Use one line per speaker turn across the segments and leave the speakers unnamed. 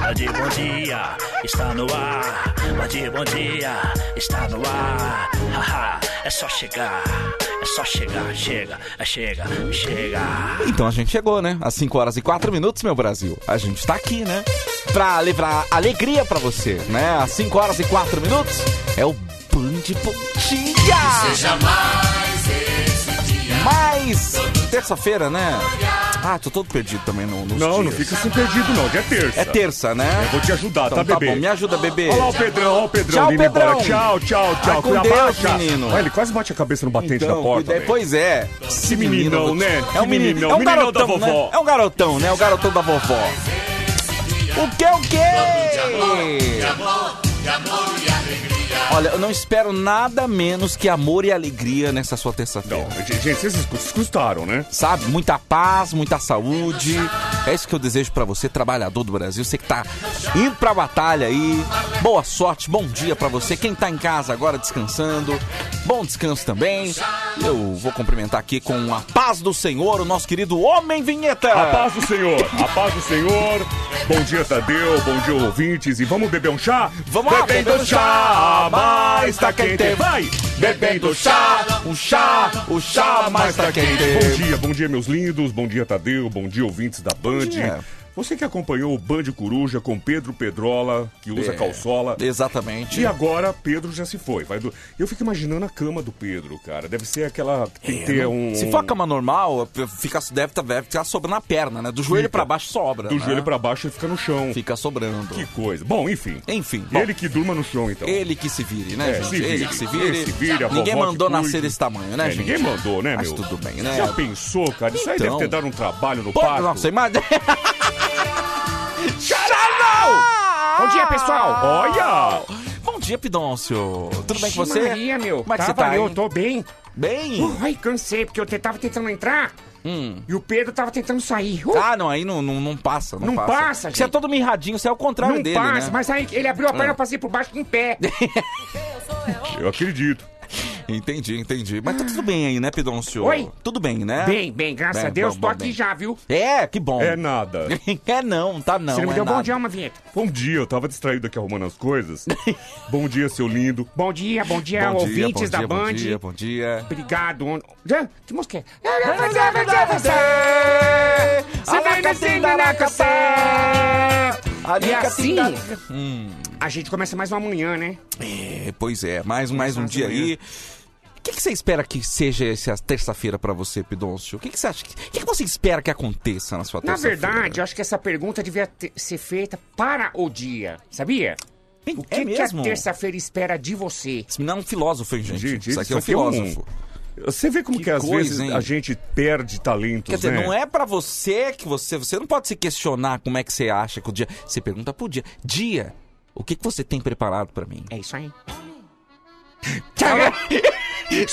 Bande bom dia, está no ar. Bande bom dia, está no ar. Haha, é só chegar, é só chegar, chega, é chega, chega.
Então a gente chegou, né? Às 5 horas e 4 minutos, meu Brasil. A gente tá aqui, né? Pra levar alegria pra você, né? Às 5 horas e 4 minutos é o Bande Bom Dia!
Seja mais esse dia.
Mas terça-feira, né? Ah, tô todo perdido também no, nos
Não, não
dias.
fica assim perdido, não. Já é terça.
É terça, né?
Vou te ajudar,
Então
tá,
tá
bebê?
bom, me ajuda, bebê.
Olha lá o Pedrão, olha o Pedrão
Tchau,
indo embora.
Pedrão.
Tchau, tchau, tchau.
Vai com
Cuiabá,
Deus,
tchau.
menino.
Olha, ele quase bate a cabeça no batente da porta.
Então,
né?
cuida-
velho.
Pois é.
Esse meninão, né?
É um
Que
menino,
meninão,
é um
meninão da
garotão, né?
vovó.
É um garotão, né? O garotão da vovó. O que é o quê? Olha, eu não espero nada menos que amor e alegria nessa sua terça-feira.
Não, Então, gente, vocês escu- escutaram, né?
Sabe? Muita paz, muita saúde. É isso que eu desejo pra você, trabalhador do Brasil. Você que tá indo pra batalha aí. Boa sorte, bom dia pra você. Quem tá em casa agora descansando, bom descanso também. Eu vou cumprimentar aqui com a paz do Senhor, o nosso querido Homem Vinheta.
A paz do Senhor, a paz do Senhor. Bom dia, Tadeu. Bom dia, ouvintes. E vamos beber um chá?
Vamos lá,
bebendo
beber um
chá,
chá,
mas tá quente. Vai! Bebendo chá,
o chá, o chá mais tá
Bom
quente.
dia, bom dia, meus lindos. Bom dia, Tadeu. Bom dia, ouvintes da
dia.
Band. Você que acompanhou o Band Coruja com Pedro Pedrola, que usa
É.
calçola.
Exatamente.
E agora, Pedro já se foi. Vai do... Eu fico imaginando a cama do Pedro, cara. Deve ser aquela. que Tem que ter um.
É, Se for a cama normal, fica, deve, deve ficar sobrando na perna, né? Do joelho pra baixo sobra.
Do
né?
joelho pra baixo ele fica no chão.
Fica sobrando.
Que coisa. Bom, enfim.
Enfim, bom.
Ele que durma no chão, então.
Ele que se vire, né,
É,
gente?
se
ele
vire.
que se vire.
Ele se vire, a
ninguém
vovó que
mandou
cuide.
nascer desse tamanho, né,
É,
gente?
ninguém mandou, né,
Mas
meu?
Mas tudo bem, né?
Já pensou, cara? Isso aí
Então.
deve ter dado um trabalho no
Pô,
parto.
nossa, imagina. Xará!
Bom dia, pessoal.
Olha!
Bom dia, Pidôncio. Tudo bem com
Ixi,
você?
Maria, meu.
Como é que
Tava
você tá,
eu,
hein?
tô bem.
Bem? Hum.
Ai, cansei, porque eu te- tava tentando entrar e o Pedro tava tentando sair. Uh,
Ah, não, aí não, não, não passa, não,
Não
passa.
passa,
Você é
gente.
todo mirradinho, você é o contrário
não
dele,
passa,
né?
mas aí ele abriu a perna, eu passei por baixo em pé.
Eu acredito.
Entendi, entendi. Mas tá tudo bem aí, né, Pidôncio?
Ah. Oi?
Tudo bem, né?
Bem, bem, graças
Bem,
a Deus,
bom,
tô
bom,
aqui
bem.
já, viu?
É, que bom.
É nada.
É não, tá não,
Você não me
é
deu
nada.
bom dia, uma vinheta.
Bom dia, eu tava distraído aqui arrumando as coisas. Bom dia, seu lindo.
Bom dia, bom
Bom dia,
dia, É, ouvintes
bom
da
dia,
Band.
Bom dia, bom dia.
Obrigado. on- Já? Que música é? Eu não fazer, fazer, fazer. Você vai no Cinderacapé. E assim, a gente começa mais uma manhã, né?
É, pois é, mais, um- mais um dia aí. O que, que você espera que seja essa terça-feira pra você, Pidoncio? O que, que você acha? que- O que, que você espera que aconteça na sua
Na
terça-feira?
verdade, eu acho que essa pergunta devia ter- ser feita para o dia, sabia? O que,
é
que a
mesmo?
terça-feira espera de você?
Esse menino é um filósofo, hein, gente?
Gente,
isso aqui é um
um-
filósofo.
Você vê como que, às
coisa,
vezes
hein?
a gente perde talentos,
Quer dizer,
né?
não é pra você que você. Você não pode se questionar como é que você acha que o dia. Você pergunta pro dia. Dia, o que, que você tem preparado pra mim?
É isso aí.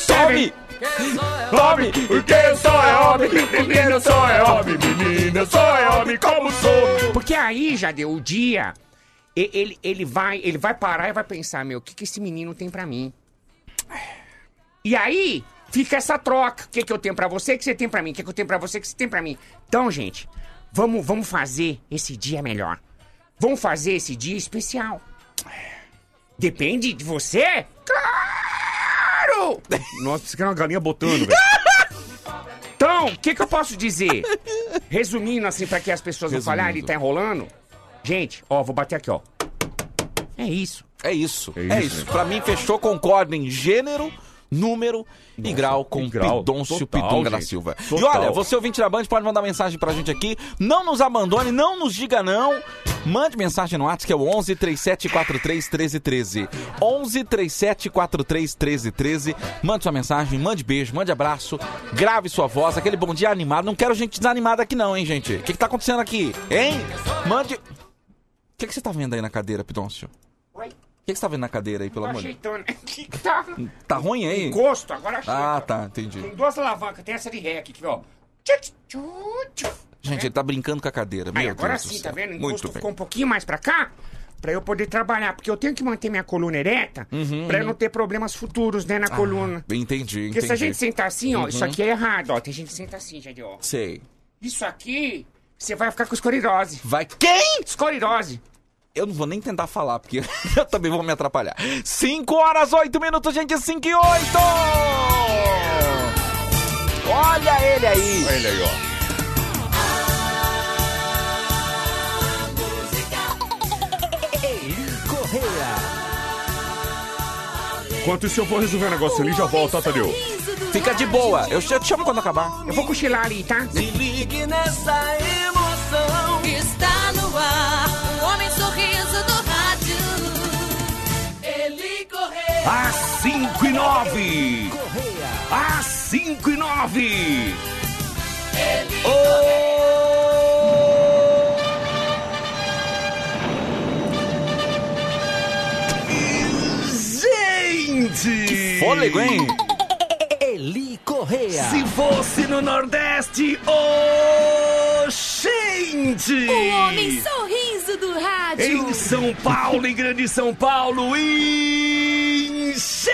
Tome! Tome!
Porque eu sou é homem, menino, eu sou é homem, menina, eu sou é homem como sou.
Porque aí, Jade, o dia, e- ele, ele, vai, ele vai parar e vai pensar, meu, o que, que esse menino tem pra mim? E aí, fica essa troca. O que, que eu tenho pra você, o que você tem pra mim? O que, que eu tenho pra você, o que você tem pra mim? Então, gente, vamos, vamos fazer esse dia melhor. Vamos fazer esse dia especial. Depende de você? Claro!
Nossa, isso aqui é uma galinha botando, velho.
Então, o que, que eu posso dizer? Resumindo, assim, pra que as pessoas não
Resumindo.
falarem, ele tá enrolando. Gente, ó, vou bater aqui, ó. É isso.
É isso. É isso.
É isso, né?
Pra mim, fechou, concorda em gênero, número e grau com
e grau.
Pidoncio
Total,
Pidonga da
gente.
Silva. E
Total.
olha, você ouvinte da Band pode mandar mensagem pra gente aqui. Não nos abandone, não nos diga não. Mande mensagem no WhatsApp que é o 11 3743 1313. 11 3743 1313. Mande sua mensagem, mande beijo, mande abraço, grave sua voz, aquele bom dia animado. Não quero gente desanimada aqui não, hein, gente? O que, que tá acontecendo aqui? Hein? Mande... O que, que você tá vendo aí na cadeira, Pidoncio?
Oi,
O que que você tá vendo na cadeira aí, pelo
tô
amor de
ajeitando. Que que tá?
Tá ruim aí?
Gosto, agora achei.
Ah, tá, entendi.
Tem duas alavancas, tem essa de rec aqui, ó. Tchu, tchu, tchu, tchu.
Gente, ele tá brincando com a cadeira.
Aí,
meu
agora
Deus do
sim,
céu.
tá vendo? O encosto
Muito bem.
ficou um pouquinho mais pra cá, pra eu poder trabalhar. Porque eu tenho que manter minha coluna ereta, pra eu não ter problemas futuros, né, na coluna.
Entendi, entendi.
Porque se a gente sentar assim, ó, isso aqui é errado, ó. Tem gente que senta assim, gente, ó.
Sei.
Isso aqui Você vai ficar com escorirose.
Vai. Quem?
Escorirose.
Eu não vou nem tentar falar, porque eu também vou me atrapalhar. 5 horas, 8 minutos, gente, 5 e 8! Olha ele aí!
Olha ele aí, ó. Enquanto isso, eu vou resolver um negócio ali e já volto, tá, Tadeu?
Fica de boa, eu, eu te chamo quando acabar.
Eu vou cochilar ali, tá?
ligue nessa emoção.
Está no ar, o homem sorriso do rádio. Ele correu.
Às 5 e 9! Às 5 e 9! Gente! Que
Fôlego, hein?
Eli Correia.
Se fosse no Nordeste, ô gente!
O homem sorriso do rádio.
Em São Paulo, em Grande São Paulo, enchente!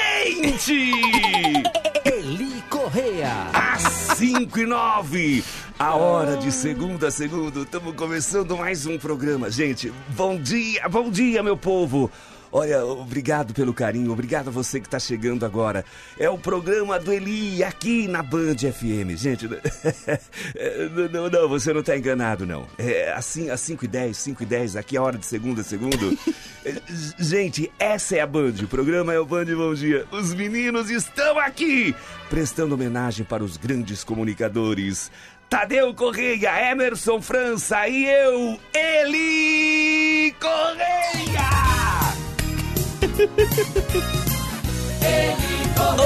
Eli Correia.
Às 5 e 9, a hora de segunda a segundo, estamos começando mais um programa, gente. Bom dia, bom dia, meu povo. Olha, obrigado pelo carinho, obrigado a você que está chegando agora. É o programa do Eli aqui na Band FM, gente. Não, não, não, você não está enganado, não. É assim, às 5 e 10, 5 e 10, aqui é a hora de segunda a segundo. É, gente, essa é a Band, o programa é o Band Bom Dia. Os meninos estão aqui, prestando homenagem para os grandes comunicadores. Tadeu Correia, Emerson França e eu, Eli Correia!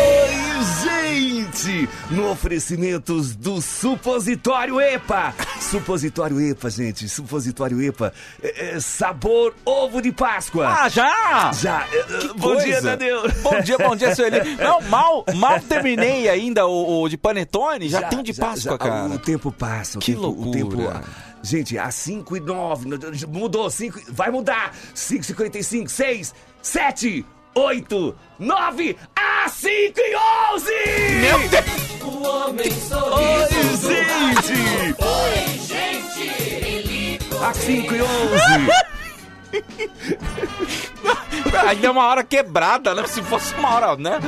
Oi, gente! No oferecimentos do Supositório EPA. Supositório EPA, gente. Supositório EPA. É, é, sabor ovo de Páscoa.
Ah, já!
Já. é, é, bom dia,
coisa.
Tadeu.
Bom dia, bom dia, Sueli. Não, mal, mal terminei ainda o, o de Panetone, já, tem de
já,
Páscoa,
já.
cara.
O tempo passa. O
Que
tempo, O tempo,
loucura.
gente, às 5 e 9, mudou, 5, vai mudar. 5 55, 6, 7, 8, 9, às 5 e 11! Meu Deus! O homem sorriso Oi, gente! Às 5 e 11!
Ainda é uma hora quebrada, né? Se fosse uma hora, né?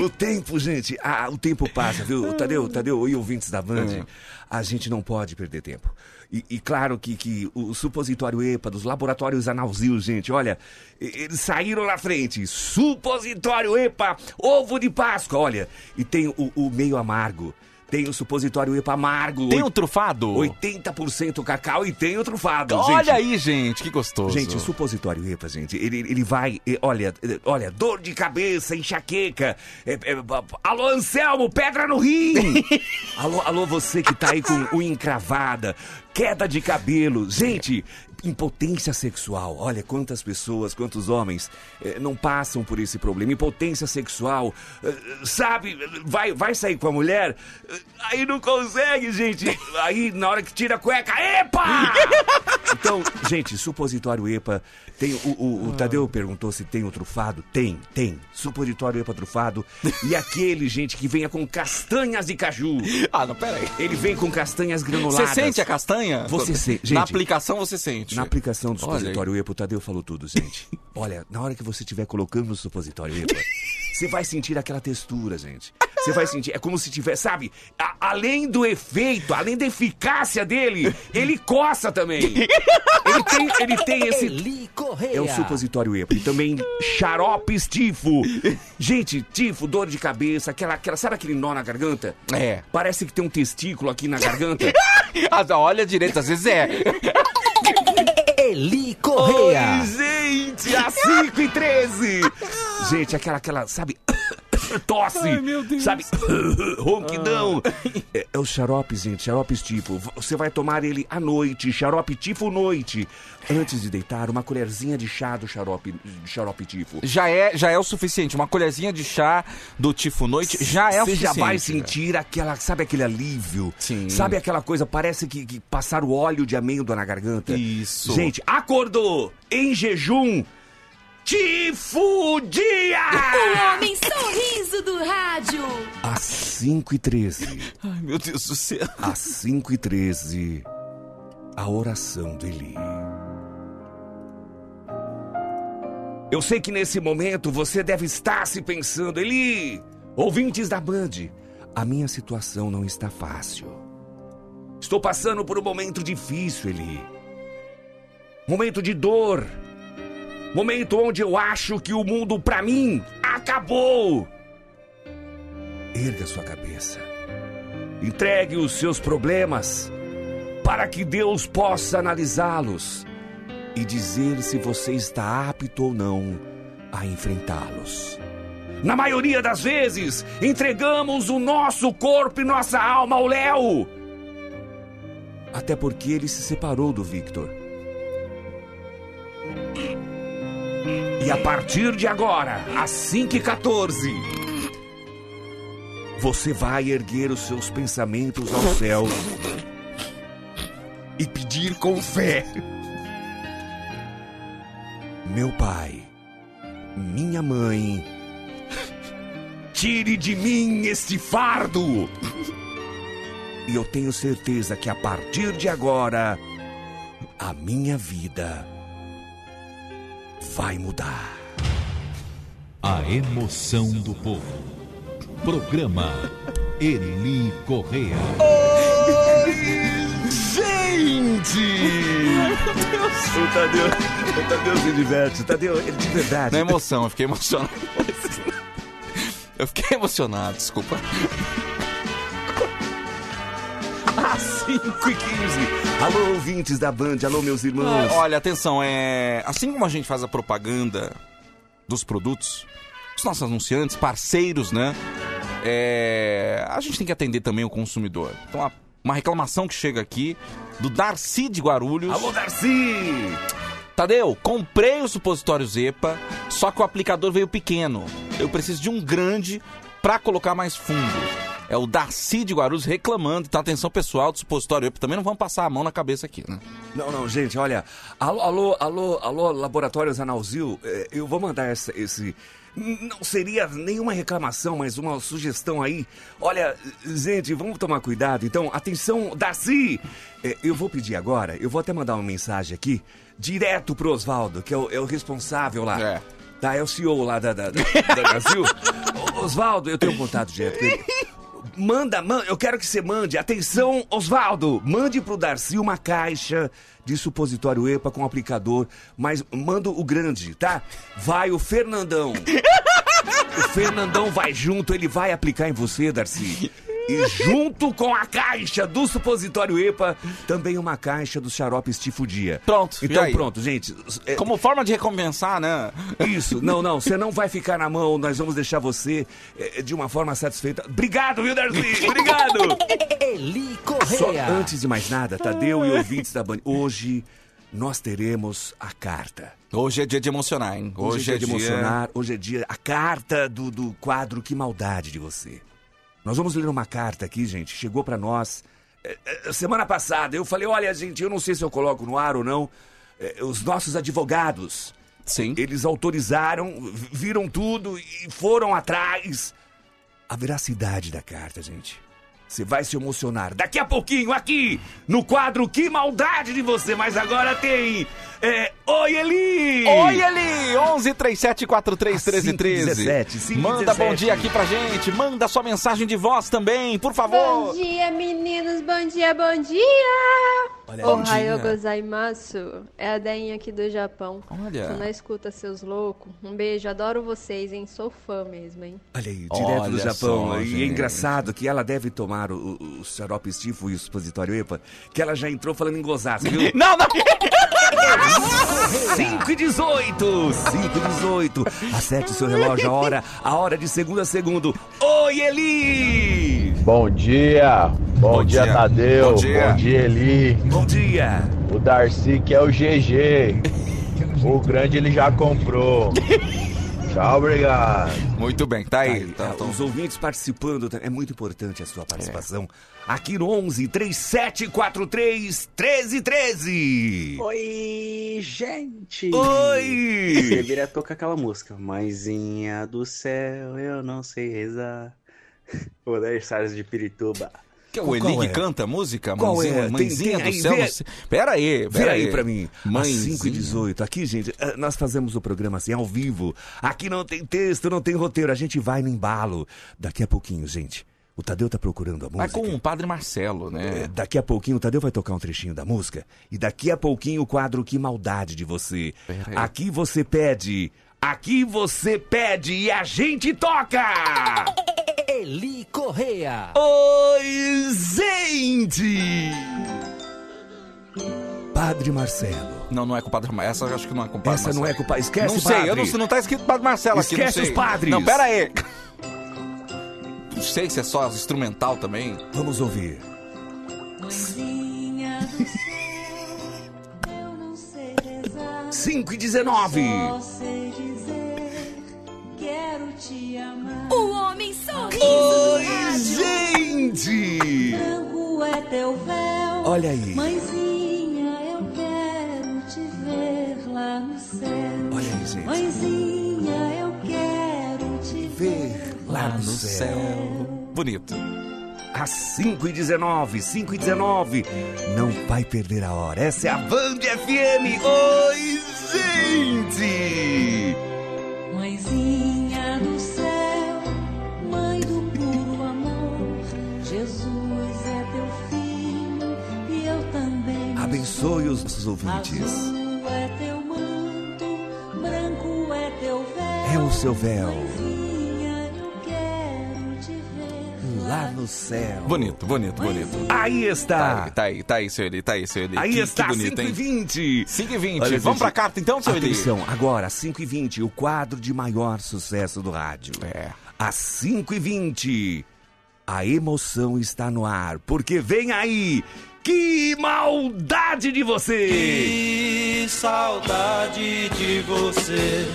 O tempo, gente, ah, o tempo passa, viu? Tadeu, Tadeu e ouvintes da
É.
Band, a gente não pode perder tempo. E, e claro que, que o supositório EPA dos laboratórios Analzil, gente, olha, e- eles saíram na frente. Supositório EPA, ovo de Páscoa, olha. E tem o, o meio amargo, tem o supositório EPA amargo,
Tem o
oit-
trufado?
80% cacau e tem o trufado, gente.
Olha aí, gente, que gostoso.
Gente, o supositório EPA, gente, ele, ele vai, eh, olha, eh, olha, dor de cabeça, enxaqueca. eh, eh, ba- ba- alô, Anselmo, pedra no rim! alô, alô, você que tá aí com unha encravada, queda de cabelo. Gente, impotência sexual. Olha quantas pessoas, quantos homens eh, não passam por esse problema. Impotência sexual, eh, sabe, vai, vai sair com a mulher, eh, aí não consegue, gente. Aí, na hora que tira a cueca, epa! Então, gente, supositório EPA tem. O, o- o
Ah.
Tadeu perguntou se tem o trufado. Tem, tem. Supositório EPA trufado. E aquele, gente, que venha com castanhas de caju.
Ah, não, peraí.
Ele vem com castanhas
Você
granuladas.
sente a castanha?
Você sente, gente.
Na aplicação você sente.
Na aplicação do
Olha aí.
supositório EPA, o Tadeu falou tudo, gente. Olha, na hora que você estiver colocando o supositório EPA, você vai sentir aquela textura, gente. Você vai sentir. É como se tiver, sabe? A- além do efeito, além da eficácia dele, ele coça também. Ele tem, ele tem esse
Eli Correia.
é o supositório EPA. E também xaropes tifo. Gente, tifo, dor de cabeça, aquela, aquela. Sabe aquele nó na garganta?
É.
Parece que tem um testículo aqui na garganta.
Ah, olha direito, às vezes é.
É,
Eli Correia.
Oi, gente, às 5 e 13. Gente, aquela, aquela, sabe? Tosse. Ai, meu Deus. Sabe? Ronquidão. É, é o xarope, gente. Xaropes tipo. Você vai tomar ele à noite. Xarope tifo noite. Antes de deitar, uma colherzinha de chá do xarope, xarope tipo. tifo.
Já é, já é o suficiente. Uma colherzinha de chá do Tifo Noite já é o
Você já
suficiente.
vai
velho.
sentir aquela, sabe aquele alívio?
Sim.
Sabe aquela coisa, parece que, que passaram óleo de amêndoa na garganta.
Isso.
Gente, acordou em jejum, tifo
O
dia!
homem sorriso do rádio.
Às 5 e 13,
Ai, meu Deus do céu.
às 5 e 13, a oração do Eli. Eu sei que nesse momento você deve estar se pensando, Eli, ouvintes da Band, a minha situação não está fácil. Estou passando por um momento difícil, Eli. Momento de dor. Momento onde eu acho que o mundo, pra mim, acabou. Erga sua cabeça. Entregue os seus problemas para que Deus possa analisá-los e dizer se você está apto ou não a enfrentá-los. Na maioria das vezes, entregamos o nosso corpo e nossa alma ao Léo. Até porque ele se separou do Victor. E a partir de agora, às 5h14, você vai erguer os seus pensamentos ao céu e pedir com fé. Meu pai, minha mãe, tire de mim este fardo. E eu tenho certeza que a partir de agora, a minha vida vai mudar.
A emoção do povo. Programa Eli Correa.
Gente! O Tadeu, o Tadeu se diverte. Tadeu, ele de verdade.
Na emoção, eu fiquei emocionado. Eu fiquei emocionado, desculpa.
Às 5 e 15. Alô, ouvintes da Band. Alô, meus irmãos.
Olha, atenção, é. Assim como a gente faz a propaganda dos produtos, os nossos anunciantes, parceiros, né? É, A gente tem que atender também o consumidor. Então, a- uma reclamação que chega aqui do Darcy de Guarulhos.
Alô, Darcy!
Tadeu, comprei o supositório Zepa, só que o aplicador veio pequeno. Eu preciso de um grande pra colocar mais fundo. É o Darcy de Guarulhos reclamando. Então, atenção pessoal do supositório Zepa. Também não vamos passar a mão na cabeça aqui, né?
Não, não, gente, olha. Alô, alô, alô, alô, Laboratórios Analzil, eh, eu vou mandar essa- esse. Não seria nenhuma reclamação, mas uma sugestão aí. Olha, gente, vamos tomar cuidado. Então, atenção, Darcy! Eh, eu vou pedir agora, eu vou até mandar uma mensagem aqui, direto pro Oswaldo, que é o, é o responsável lá.
É.
Tá, é o CEO lá da, da, da, da Brasil. Ô, Oswaldo, eu tenho um contato direto com ele. Manda, man, eu quero que você mande. Atenção, Oswaldo, mande pro Darcy uma caixa de supositório EPA com aplicador, mas manda o grande, tá? Vai o Fernandão. O Fernandão vai junto, ele vai aplicar em você, Darcy. E junto com a caixa do supositório EPA, também uma caixa do xarope estifudia.
Pronto, e
Então
aí?
pronto, gente. É-
Como forma de recompensar, né?
isso, não, não, você não vai ficar na mão, nós vamos deixar você eh, de uma forma satisfeita. Obrigado, viu, Darcy? Obrigado!
Eli
Só
Correia.
antes de mais nada, Tadeu e ouvintes da Band, hoje nós teremos a carta.
Hoje é dia de emocionar, hein?
Hoje, é dia de emocionar, hoje é dia. A carta do, do quadro Que Maldade de Você. Nós vamos ler uma carta aqui, gente. Chegou pra nós. eh, eh, Semana passada, eu falei: olha, gente, eu não sei se eu coloco no ar ou não. eh, Os nossos advogados
Sim.
eles autorizaram, vi- viram tudo e foram atrás. A veracidade da carta, gente. Você vai se emocionar. Daqui a pouquinho, aqui, no quadro Que Maldade de Você. Mas agora tem... É, Oi, Eli!
Oi, Eli! 11 37 43 13 13.
17, 5,
Manda
17.
bom dia aqui pra gente. Manda sua mensagem de voz também, por
Bom
favor.
dia, meninos. Bom dia, bom dia.
Olha, bom
Ohayou
dia.
gozaimasu. É a Deinha aqui do Japão.
Olha.
Tô na escuta, seus loucos. Um beijo, adoro vocês, hein? Sou fã mesmo, hein?
Olha aí, direto do
Olha
Japão.
só,
e
gente.
é engraçado que ela deve tomar o, o, o xarope estifo e o supositório EPA, que ela já entrou falando em gozar, você viu?
Não, não!
5 e 18! 5 e 18! Acerte o seu relógio, a hora, a hora de segundo a segundo. Oi, Eli!
Bom dia, bom,
Bom
dia,
dia.
Tadeu,
Bom dia.
bom dia Eli,
Bom dia!
o Darcy que é o GG, o grande ele já comprou. Tchau, obrigado.
Muito bem, tá aí.
Tá,
Tá, tá.
Os ouvintes participando, tá- é muito importante a sua participação. Aqui no 11 3743 1313.
Oi, gente!
Oi!
Deveria tocar aquela música. Mãezinha do céu, eu não sei rezar. O Adair Salles de Pirituba.
que o Eli
Qual
que
é?
canta a música?
Qual
Mãezinha,
é? Tem-
mãezinha
tem
do
aí,
céu.
vê-
não sei- Pera aí,
Vê
pera
aí pra mim. Às
Mãezinha.
5 e 18 Aqui, gente, eh, nós fazemos o programa assim, ao vivo. Aqui não tem texto, não tem roteiro. A gente vai no embalo. Daqui a pouquinho, gente. O Tadeu tá procurando a
Vai
música.
com o Padre Marcelo, né?
É, daqui a pouquinho o Tadeu vai tocar um trechinho da música. E daqui a pouquinho o quadro Que Maldade de Você. Aqui você pede. Aqui você pede e a gente toca!
Eli Correa.
Oi, gente! Padre Marcelo.
Não, não é com o Padre Marcelo. Essa eu acho que não é com o Padre
Essa
Marcelo.
não é culpa. Esquece
Não sei,
padre.
eu não, sei, não tá escrito Padre Marcelo aqui, não
Esquece
sei.
os padres.
Não, pera aí. Não sei se é só instrumental também.
Vamos ouvir.
Mãezinha do céu, eu não sei rezar.
5 e 19.
Só sei dizer, quero te amar.
O homem sorriso
do
do
rádio.
Gente!
Branco é teu véu.
Olha aí.
Mãezinha, eu quero te ver lá no céu.
Olha aí, gente.
Mãezinha, eu quero te ver.
Lá Ah, no céu.
Bonito.
Às 5 e 19, 5 e 19. Não vai perder a hora. Essa é a Band FM. Oi, gente!
Mãezinha do céu, mãe do puro amor, Jesus é teu filho e eu também.
Abençoe os nossos ouvintes.
Azul é teu manto, branco é teu
É
véu.
o seu véu.
Mãezinha, eu quero te ver.
Lá no céu.
Bonito, bonito, bonito.
Aí
Tá
está.
aí, tá aí, tá aí, seu Eli, tá aí, seu Eli.
Ah. Aí
que,
está,
que bonito,
5 e
hein?
20.
5 e 20.
Olha,
Vamos
gente,
pra carta então, seu Eli?
Atenção, agora, às 5h20, o quadro de maior sucesso do rádio. É. Às 5h20, a emoção está no ar, porque vem aí! Que maldade de você!
Que saudade de você.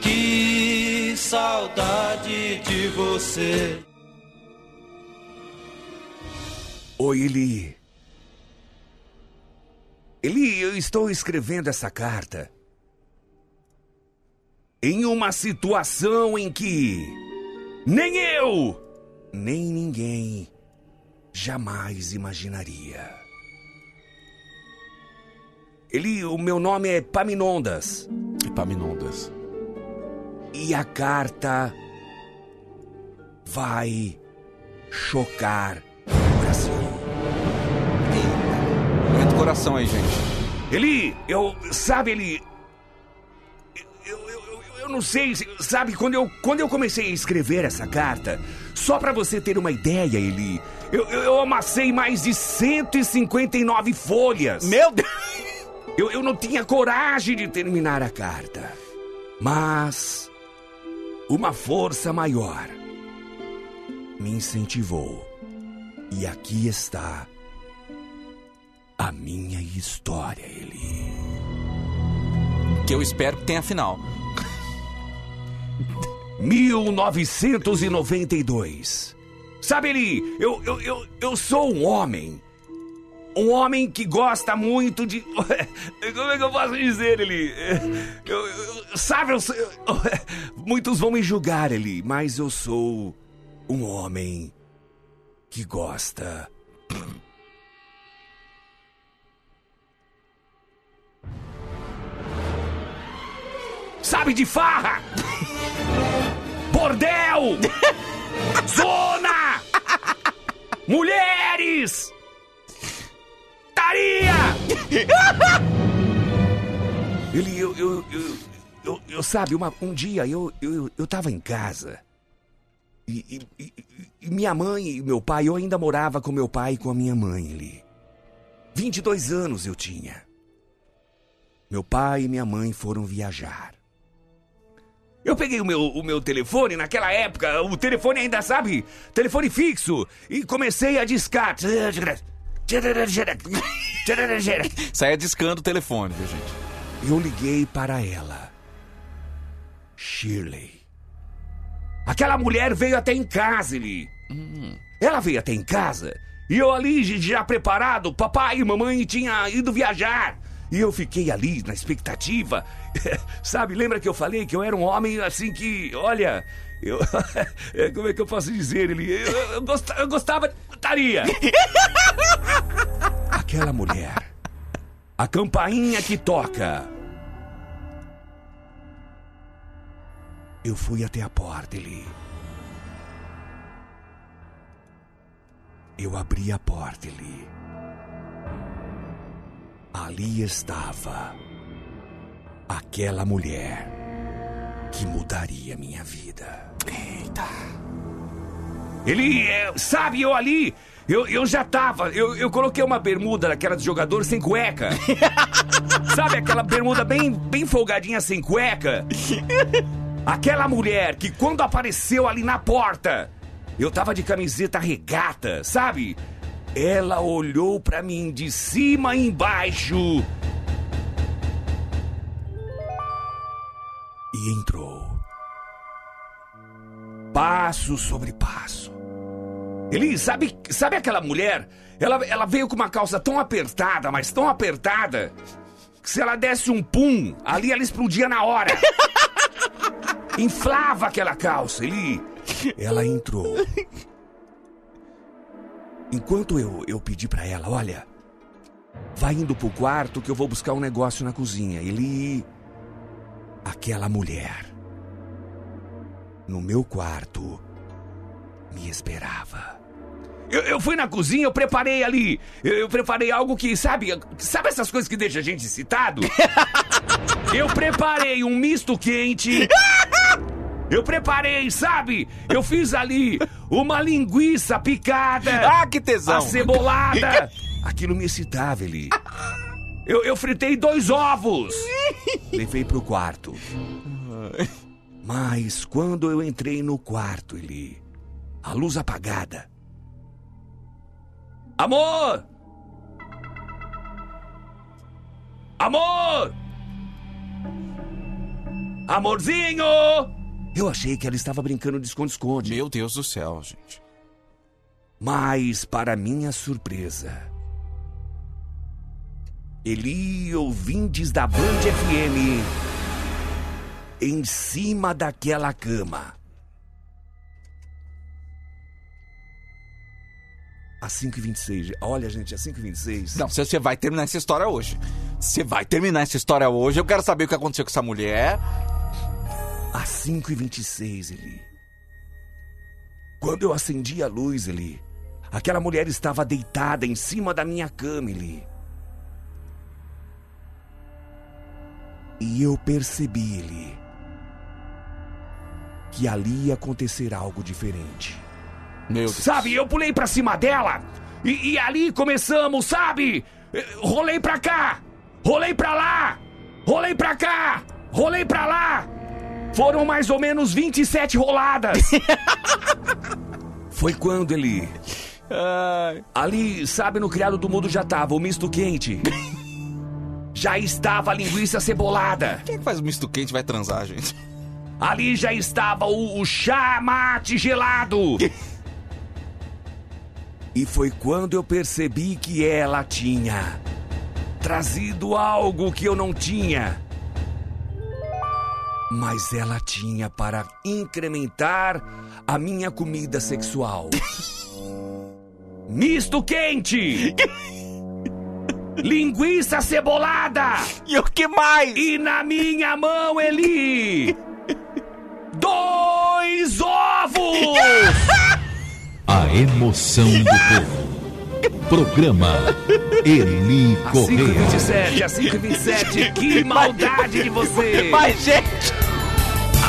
Que saudade de você.
Oi, Eli. Eli, eu estou escrevendo essa carta. Em uma situação em que nem eu, nem ninguém jamais imaginaria. Eli, o meu nome é Paminondas.
Epaminondas.
E a carta vai chocar o Brasil.
Aguenta o coração aí, gente.
Eli, eu. Sabe, Eli. Eu, eu, eu, eu não sei, sabe, quando eu, quando eu comecei a escrever essa carta, só pra você ter uma ideia, Eli, eu, eu, eu amassei mais de 159 folhas. Meu Deus! Eu, eu não tinha coragem de terminar a carta. Mas. Uma força maior me incentivou. E aqui está a minha história, Eli.
Que eu espero que tenha final.
1992. Sabe, Eli, eu, eu, eu, eu sou um homem. Um homem que gosta muito de. Como é que eu posso dizer, Eli? Eu- eu- sabe, eu, sou- eu- Muitos vão me julgar, Eli, mas eu sou um homem que gosta. Sabe de farra! Bordel! Zona! Mulheres! Taria! Ele, eu, eu, eu, eu, eu, sabe, uma- um dia eu, eu, eu, eu tava em casa. E, e- e- e minha mãe e meu pai, eu ainda morava com meu pai e com a minha mãe ali. 22 anos eu tinha. Meu pai e minha mãe foram viajar. Eu peguei o meu, o meu telefone naquela época, o telefone ainda sabe, telefone fixo, e comecei a discar.
Saia é discando o telefone, viu, gente?
Eu liguei para ela. Shirley. Aquela mulher veio até em casa, Eli. Ela veio até em casa e eu ali já preparado, papai e mamãe tinha ido viajar. E eu fiquei ali na expectativa. Sabe, lembra que eu falei que eu era um homem assim que, olha, Eu, é, como é que eu posso dizer? Ele, eu, eu gosta- eu gostava de putaria. Aquela mulher. A campainha que toca. Eu fui até a porta, Eli. Eu abri a porta, Eli. Ali estava aquela mulher que mudaria minha vida. Eita! Ele, é, sabe, eu ali, eu, eu já tava, eu, eu coloquei uma bermuda daquela de jogador sem cueca. sabe aquela bermuda bem, bem folgadinha sem cueca? Aquela mulher que quando apareceu ali na porta, eu tava de camiseta regata, sabe? Ela olhou pra mim de cima e embaixo e entrou. Passo sobre passo. Eli, sabe, sabe aquela mulher? Ela, ela veio com uma calça tão apertada, mas tão apertada, que se ela desse um pum, ali ela explodia na hora. Inflava aquela calça, Eli. Ela entrou. Enquanto eu, eu pedi pra ela, olha, vai indo pro quarto que eu vou buscar um negócio na cozinha. Eli aquela mulher no meu quarto me esperava. Eu, eu fui na cozinha, eu preparei ali. Eu, eu preparei algo que, sabe, sabe essas coisas que deixa a gente excitado? eu preparei um misto quente. Eu preparei, sabe? Eu fiz ali uma linguiça picada.
Ah, que tesão.
Acebolada. Aquilo me excitava, ele. Eu, eu fritei dois ovos. Levei pro quarto. Mas quando eu entrei no quarto, ele. A luz apagada. Amor! Amor! Amorzinho! Eu achei que ela estava brincando de esconde-esconde.
Meu Deus do céu, gente.
Mas, para minha surpresa, Eli ouvintes da Band FM em cima daquela cama. Às 5h26. Olha, gente, às 5h26.
Não, você você vai terminar essa história hoje. Você vai terminar essa história hoje. Eu quero saber o que aconteceu com essa mulher.
Às 5h26, Eli. Quando eu acendi a luz, Eli, aquela mulher estava deitada em cima da minha cama, Eli. E eu percebi, Eli, que ali ia acontecer algo diferente.
Meu Deus.
Sabe, eu pulei pra cima dela e, e ali começamos, sabe? Eh, Rolei pra cá, rolei pra lá, rolei pra cá, rolei pra lá. Foram mais ou menos 27 roladas. Foi quando ele. Ali, sabe, no criado do mundo já tava o misto quente. Já estava a linguiça cebolada.
Quem é que faz misto quente e vai transar, gente?
Ali já estava o, o chá mate gelado. e foi quando eu percebi que ela tinha trazido algo que eu não tinha. Mas ela tinha para incrementar a minha comida sexual. Misto quente! Linguiça cebolada!
E o que mais?
E na minha mão, Eli! Dois ovos!
A emoção do povo. Programa Eli
Às
Correia.
5h27, às 5h27, que maldade de você!
Mas, gente!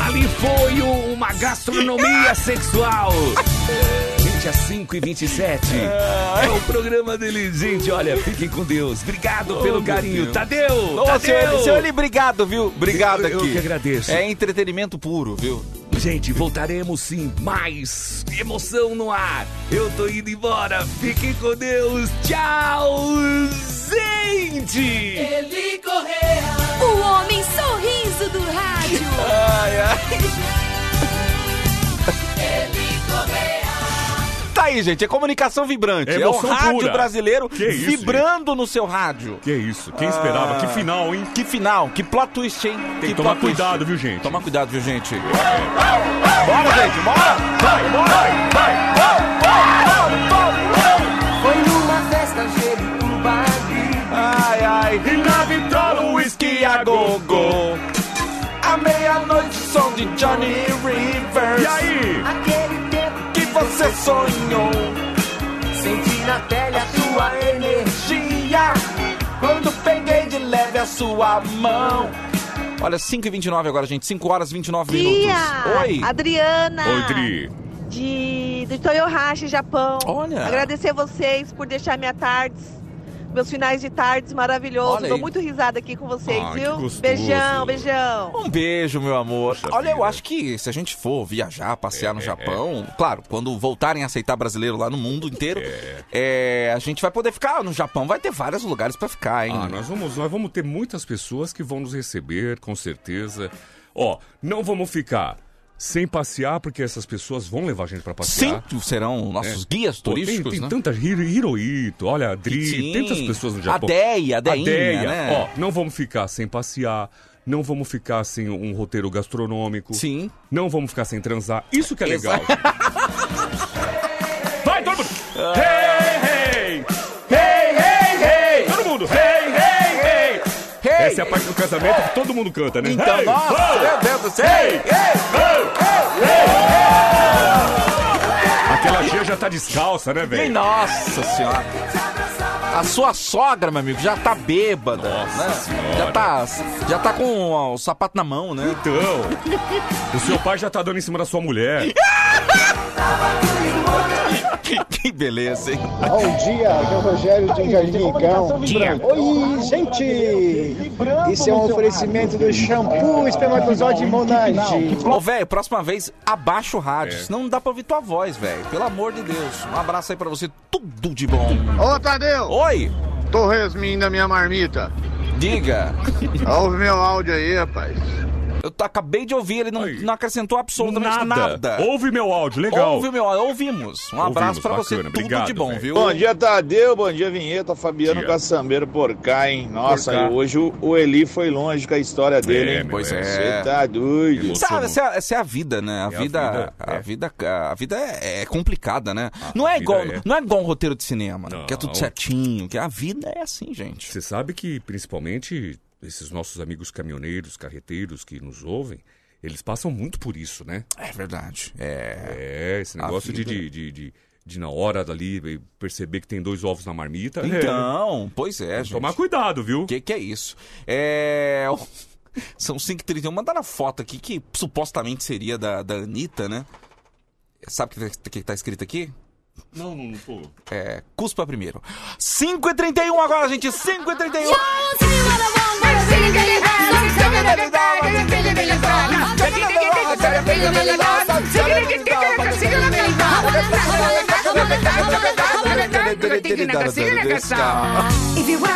Ali foi o- uma gastronomia sexual! Gente, às 5h27, é o programa dele. Gente, olha, fiquem com Deus.
Oh,
Obrigado pelo carinho, Tadeu!
Ô, senhor,
Tadeu!
Eli, senhor Eli, obrigado, viu? Obrigado
Eu- eu
aqui.
que agradeço.
É entretenimento puro, viu?
Gente, voltaremos sim, mais emoção no ar. Eu tô indo embora, fiquem com Deus, tchau, gente!
Eli Correia. O homem sorriso do rádio.
Ai, ai.
Eli Correia.
Tá aí, gente. É comunicação vibrante. É o
Emoção
rádio
pura.
brasileiro
Que isso,
vibrando no seu rádio. Ah,
Que isso, quem esperava? Que final, hein?
Que final, que plot twist, hein?
Tem que tomar
plot twist.
cuidado, viu, gente?
Toma cuidado, viu, gente? Bora, gente, bora!
Vai, vai, vai, vai,
Foi numa festa
um
Geruba
Ai, ai,
e na vitrola o
whisky a gogo. À meia-noite, som de Johnny Rivers.
E aí? Aquele tempo que você sonhou. Senti na pele a sua energia.
Quando peguei de leve a sua mão. Olha, 5h29 agora, gente. 5 horas 29 minutos.
Dia!
Oi!
Adriana!
Dri.
De, de Toyohashi, Japão.
Olha.
Agradecer vocês por deixar minha tardes, meus finais de tardes maravilhosos.
Olha
Dou
aí.
muito risada aqui com vocês,
Ah, que
viu?
gostoso.
Beijão, beijão.
Um beijo, meu amor. Olha, eu acho que se a gente for viajar, passear
É,
no Japão, claro, quando voltarem a aceitar brasileiro lá no mundo inteiro, é, a gente vai poder ficar no Japão. Vai ter vários lugares pra ficar, hein?
Ah, nós vamos, nós vamos ter muitas pessoas que vão nos receber, com certeza. Ó, não vamos ficar sem passear, porque essas pessoas vão levar a gente pra passear. É.
Sim, serão nossos guias
Pô, tem-
turísticos,
Tem,
né?
tanta Hiro- Hirohito, olha, a Dri,
Sim.
tantas pessoas no
A
Japão.
Deia, a Deinha,
Deia.
né?
Ó, não vamos ficar sem passear. Não vamos ficar sem um roteiro gastronômico.
Sim.
Não vamos ficar sem transar. Isso que é
Exa-
legal. Vai, todo mundo! Hey, hey! Hey, hey, hey! Todo mundo! Hey, hey, hey! Essa é a parte do casamento que todo mundo canta, né?
Então,
hey,
nossa, meu Deus do céu!
Aquela tia já tá descalça, né, velho?
Ei, nossa senhora. A sua sogra, meu amigo, já tá bêbada. né? Já tá, já tá com ó, o sapato na mão, né?
Então, o seu pai já tá dando em cima da sua mulher.
que, que beleza, hein?
Bom dia, aqui é o Rogério de Jardim
Dia.
Dia. Oi, gente! Isso é um oferecimento do shampoo espermatozoide Monange.
Ô, velho, próxima vez abaixa o rádio, senão não dá pra ouvir tua voz, velho. Pelo amor de Deus. Um abraço aí pra você, tudo de bom.
Ô, Tadeu!
Oi!
Torresmin da minha marmita.
Diga.
Ouve meu áudio aí, rapaz.
Eu t- acabei de ouvir, ele não, não acrescentou absolutamente nada.
Ouve meu áudio, legal.
Ouve meu áudio, ouvimos. Um abraço pra
Ouvimos,
você,
bacana,
tudo de
obrigado,
bom,
velho.
viu?
Bom dia, Tadeu. Bom dia, Vinheta. Fabiano
Dia.
Caçambeiro por cá, hein? Nossa,
Por cá.
e hoje o- o Eli foi longe com a história dele, hein?
Pois é.
Você tá doido.
Sabe, essa, é- essa é a vida, né? A,
É a
vida,
vida,
a vida. A vida é, é complicada, né? não, é
vida
igual,
é.
não é igual um roteiro de cinema, né? que é
Não.
tudo certinho, que a vida é assim, gente.
Você sabe que, principalmente, esses nossos amigos caminhoneiros, carreteiros que nos ouvem, eles passam muito por isso, né?
É verdade.
É. esse
A
negócio de,
vida.
de, de, de- de na hora dali perceber que tem dois ovos na marmita. é, né?
Então, pois é, gente. Tomar
cuidado, viu?
Que que é isso? É. São 5h31. Mandaram a foto aqui que supostamente seria da, da Anitta, né? Sabe o que, tá- que tá escrito aqui?
Não, não, não tô.
É. Cuspa primeiro. 5h31 agora, gente! 5h31!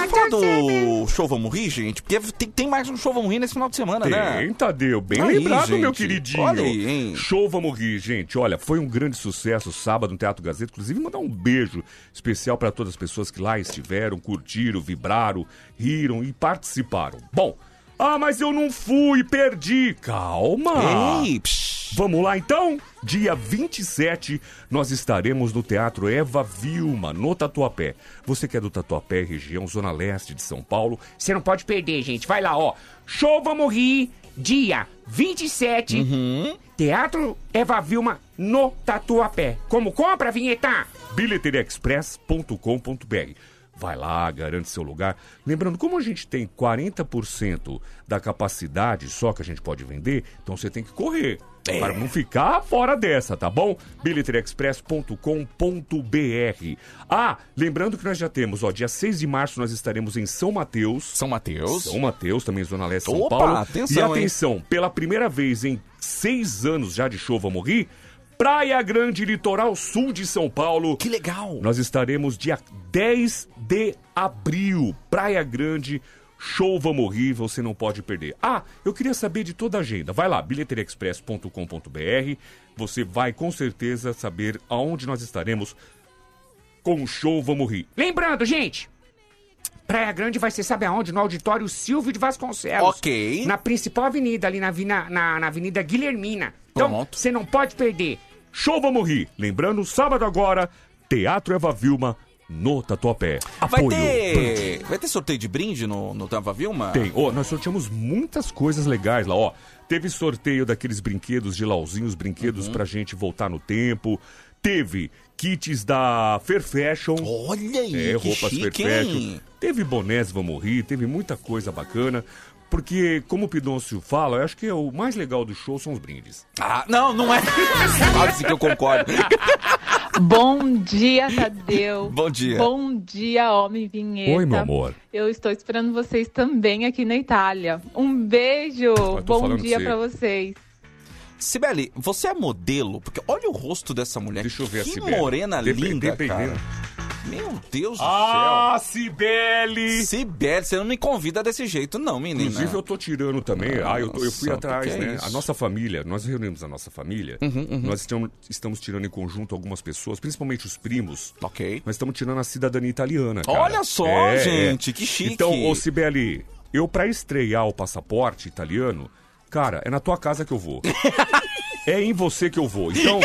Qual do é, show Vamos Rir, gente? Porque tem, tem mais um show Vamos Rir nesse final de semana, né?
Tem, Tadeu. Bem
Aí,
lembrado, meu
gente.
queridinho.
Olha aí, hein?
Show Vamos Rir, gente. Olha, foi um grande sucesso sábado no Teatro Gazeta. Inclusive, mandar um beijo especial para todas as pessoas que lá estiveram, curtiram, vibraram, riram e participaram. Bom, ah, mas eu não fui, perdi.
Ah.
Calma.
Ei,
Vamos lá, então? Dia 27, nós estaremos no Teatro Eva Vilma, no Tatuapé. Você que é do Tatuapé, região Zona Leste de São Paulo,
Você não pode perder, gente. Vai lá, ó. Show Vamos Rir, dia 27.
Uhum.
Teatro Eva Vilma no Tatuapé. Como compra, vinheta?
bilheteriaexpress.com.br. Vai lá, garante seu lugar. Lembrando, como a gente tem 40% da capacidade só que a gente pode vender, então você tem que correr. Para não ficar fora dessa, tá bom? bilheteriaexpress.com.br. Ah, lembrando que nós já temos, ó, dia 6 de março nós estaremos em São Mateus.
São Mateus.
São Mateus, também Zona Leste, São
Opa,
Paulo.
atenção,
e
hein?
atenção, pela primeira vez em seis anos já de chuva morri, Praia Grande, litoral sul de São Paulo. Que
legal!
Nós estaremos dia 10 de abril, Praia Grande, Show Vamos Rir, você não pode perder. Ah, eu queria saber de toda a agenda. Vai lá, bilheteriaexpress.com.br. Você vai com certeza saber aonde nós estaremos com o Show Vamos Rir.
Lembrando, gente, Praia Grande vai ser, sabe aonde? No auditório Silvio de Vasconcelos.
Ok.
Na principal avenida, ali na, avina- na, na Avenida Guilhermina. Então,
Pronto.
você não pode perder.
Show Vamos Rir. Lembrando, sábado agora, Teatro Eva Vilma, no Tatuapé.
Ah, Vai
Apoio.
ter, vai ter sorteio de brinde no, no Tampa Vilma?
Tem. Ó, nós sorteamos muitas coisas legais lá, ó. Teve sorteio daqueles brinquedos de Lauzinhos, brinquedos
Uhum.
pra gente voltar no tempo. Teve kits da Fair Fashion.
Olha aí,
É,
que
roupas
chique,
Fair Fashion.
hein?
Teve bonés Vamos Rir, teve muita coisa bacana. Porque, como o Pidoncio fala, eu acho que é o mais legal do show são os brindes.
Ah, não, não é. Claro que eu concordo.
Bom dia, Tadeu.
Bom dia.
Bom dia, homem vinheta.
Oi, meu amor.
Eu estou esperando vocês também aqui na Itália. Um beijo.
tô
Bom
falando
dia
que você-
pra vocês.
Sibeli, você é modelo? Porque olha o rosto dessa mulher. Deixa eu ver que
a Sibeli.
morena
Depe-
linda,
dependendo.
cara. Meu Deus do
Ah,
céu.
Cibele!
Sibeli, você não me convida desse jeito não, menina.
Inclusive, eu tô tirando também. Ah, eu, tô- eu fui
Nossa,
atrás,
que que é
né?
isso?
a nossa família, nós reunimos a nossa família.
Uhum, uhum.
Nós estamos, estamos tirando em conjunto algumas pessoas, principalmente os primos. Ok. Nós estamos tirando a cidadania italiana. cara. É,
Olha só, gente, que chique.
Então, ô Sibeli, eu pra estrear o passaporte italiano, cara, é na tua casa que eu vou. é em você que eu vou. Então.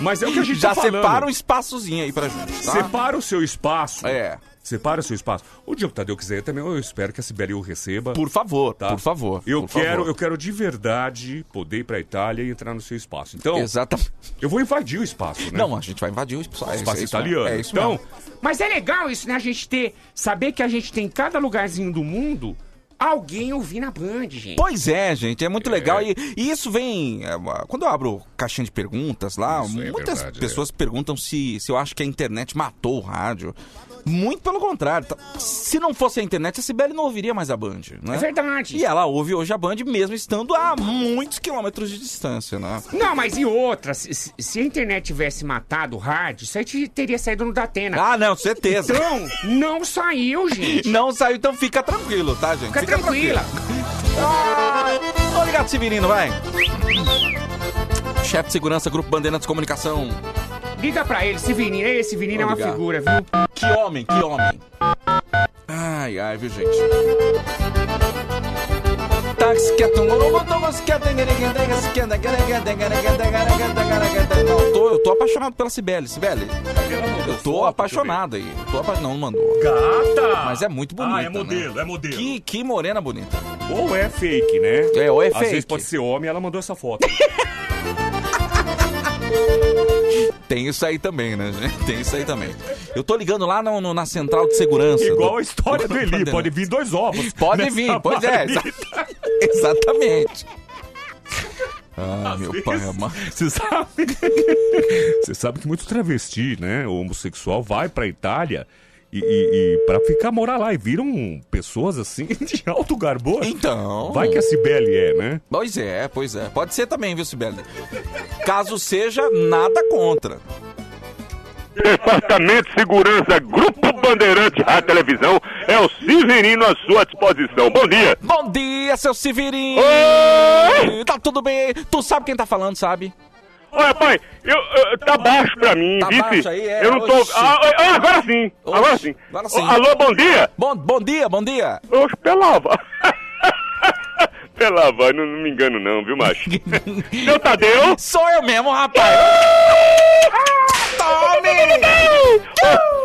Mas é o que a gente
Já
tá falando.
separa um espaçozinho aí pra gente, tá?
Separa o seu espaço. É. Separa o seu espaço. O dia que o Tadeu quiser também, eu espero que a Sibeli o receba.
Por favor,
tá?
por favor.
Eu
por
quero,
favor.
eu quero de verdade poder ir pra Itália e entrar no seu espaço. Então.
Exatamente.
Eu vou invadir o espaço, né?
Não, a gente vai invadir o espaço.
O
É isso-
espaço
é isso mesmo,
italiano.
é isso
então,
mesmo.
Mas é legal isso, né? A gente ter. Saber que a gente tem em cada lugarzinho do mundo alguém ouvindo a Band, gente.
Pois é, gente, é muito legal. E, e isso vem. é, uma- Quando eu abro caixinha de perguntas lá,
Isso é
muitas
verdade,
pessoas perguntam se, se eu acho que a internet matou o rádio. Muito pelo contrário. tá- Se não fosse a internet, a Sibeli não ouviria mais a Band, né?
É verdade.
E ela ouve hoje a Band mesmo estando a muitos quilômetros de distância, né?
Não, mas e outra? Se, se- se a internet tivesse matado o rádio, isso aí te- teria saído no Datena.
Ah, não, certeza.
Então, não saiu, gente.
Não saiu, então fica tranquilo, tá, gente?
Fica tranquila.
tranquila. Tô ligado, esse menino, vai. Chefe de segurança, Grupo Bandeirantes de Comunicação.
Liga pra ele, esse Vinini, esse Vinini é
Vou
uma
ligar.
figura, viu?
Que homem, que homem. Ai, ai, viu, gente? é Eu tô, eu tô apaixonado pela Cibele. Cibele, eu tô apaixonada aí. Eu Tô apa... Não, não mandou.
Gata!
Mas é muito bonita. né?
Ah, é modelo, é modelo.
Que, que morena bonita.
Ou é fake, né?
É, ou é
Às
fake.
vezes pode ser homem ela mandou essa foto.
Tem isso aí também, né, gente? Tem isso aí também. Eu tô ligando lá no- no- na central de segurança.
Igual
do-
a história do Eli, pode vir dois ovos.
Pode
nessa
vir, pois é.
marmita.
exa- Exatamente. Ah, meu pai
vezes,
amado.
Você sabe? Você sabe que muito travesti, né? ou homossexual vai pra Itália e, e, e pra ficar morar lá. E viram pessoas assim de alto garbor.
Então.
Vai que a Cibele é, né?
Pois é, pois é. Pode ser também, viu, Sibeli? Caso seja, nada contra.
Departamento de Segurança, Grupo Bandeirante, Rádio e Televisão, é o Severino à sua disposição. Bom dia!
Bom dia, seu Severino! Tá tudo bem? Tu sabe quem tá falando, sabe?
Olha, pai, eu, eu- tá baixo pra mim,
Tá
vice.
baixo aí, é,
eu não tô.
oxe.
Ah, ah, agora sim! agora sim!
agora sim.
Ô, alô, bom dia!
Bom, bom dia, bom dia!
Oxe, pelava! pelava, não, não me engano não, viu, macho? Seu Tadeu!
Sou eu mesmo, rapaz!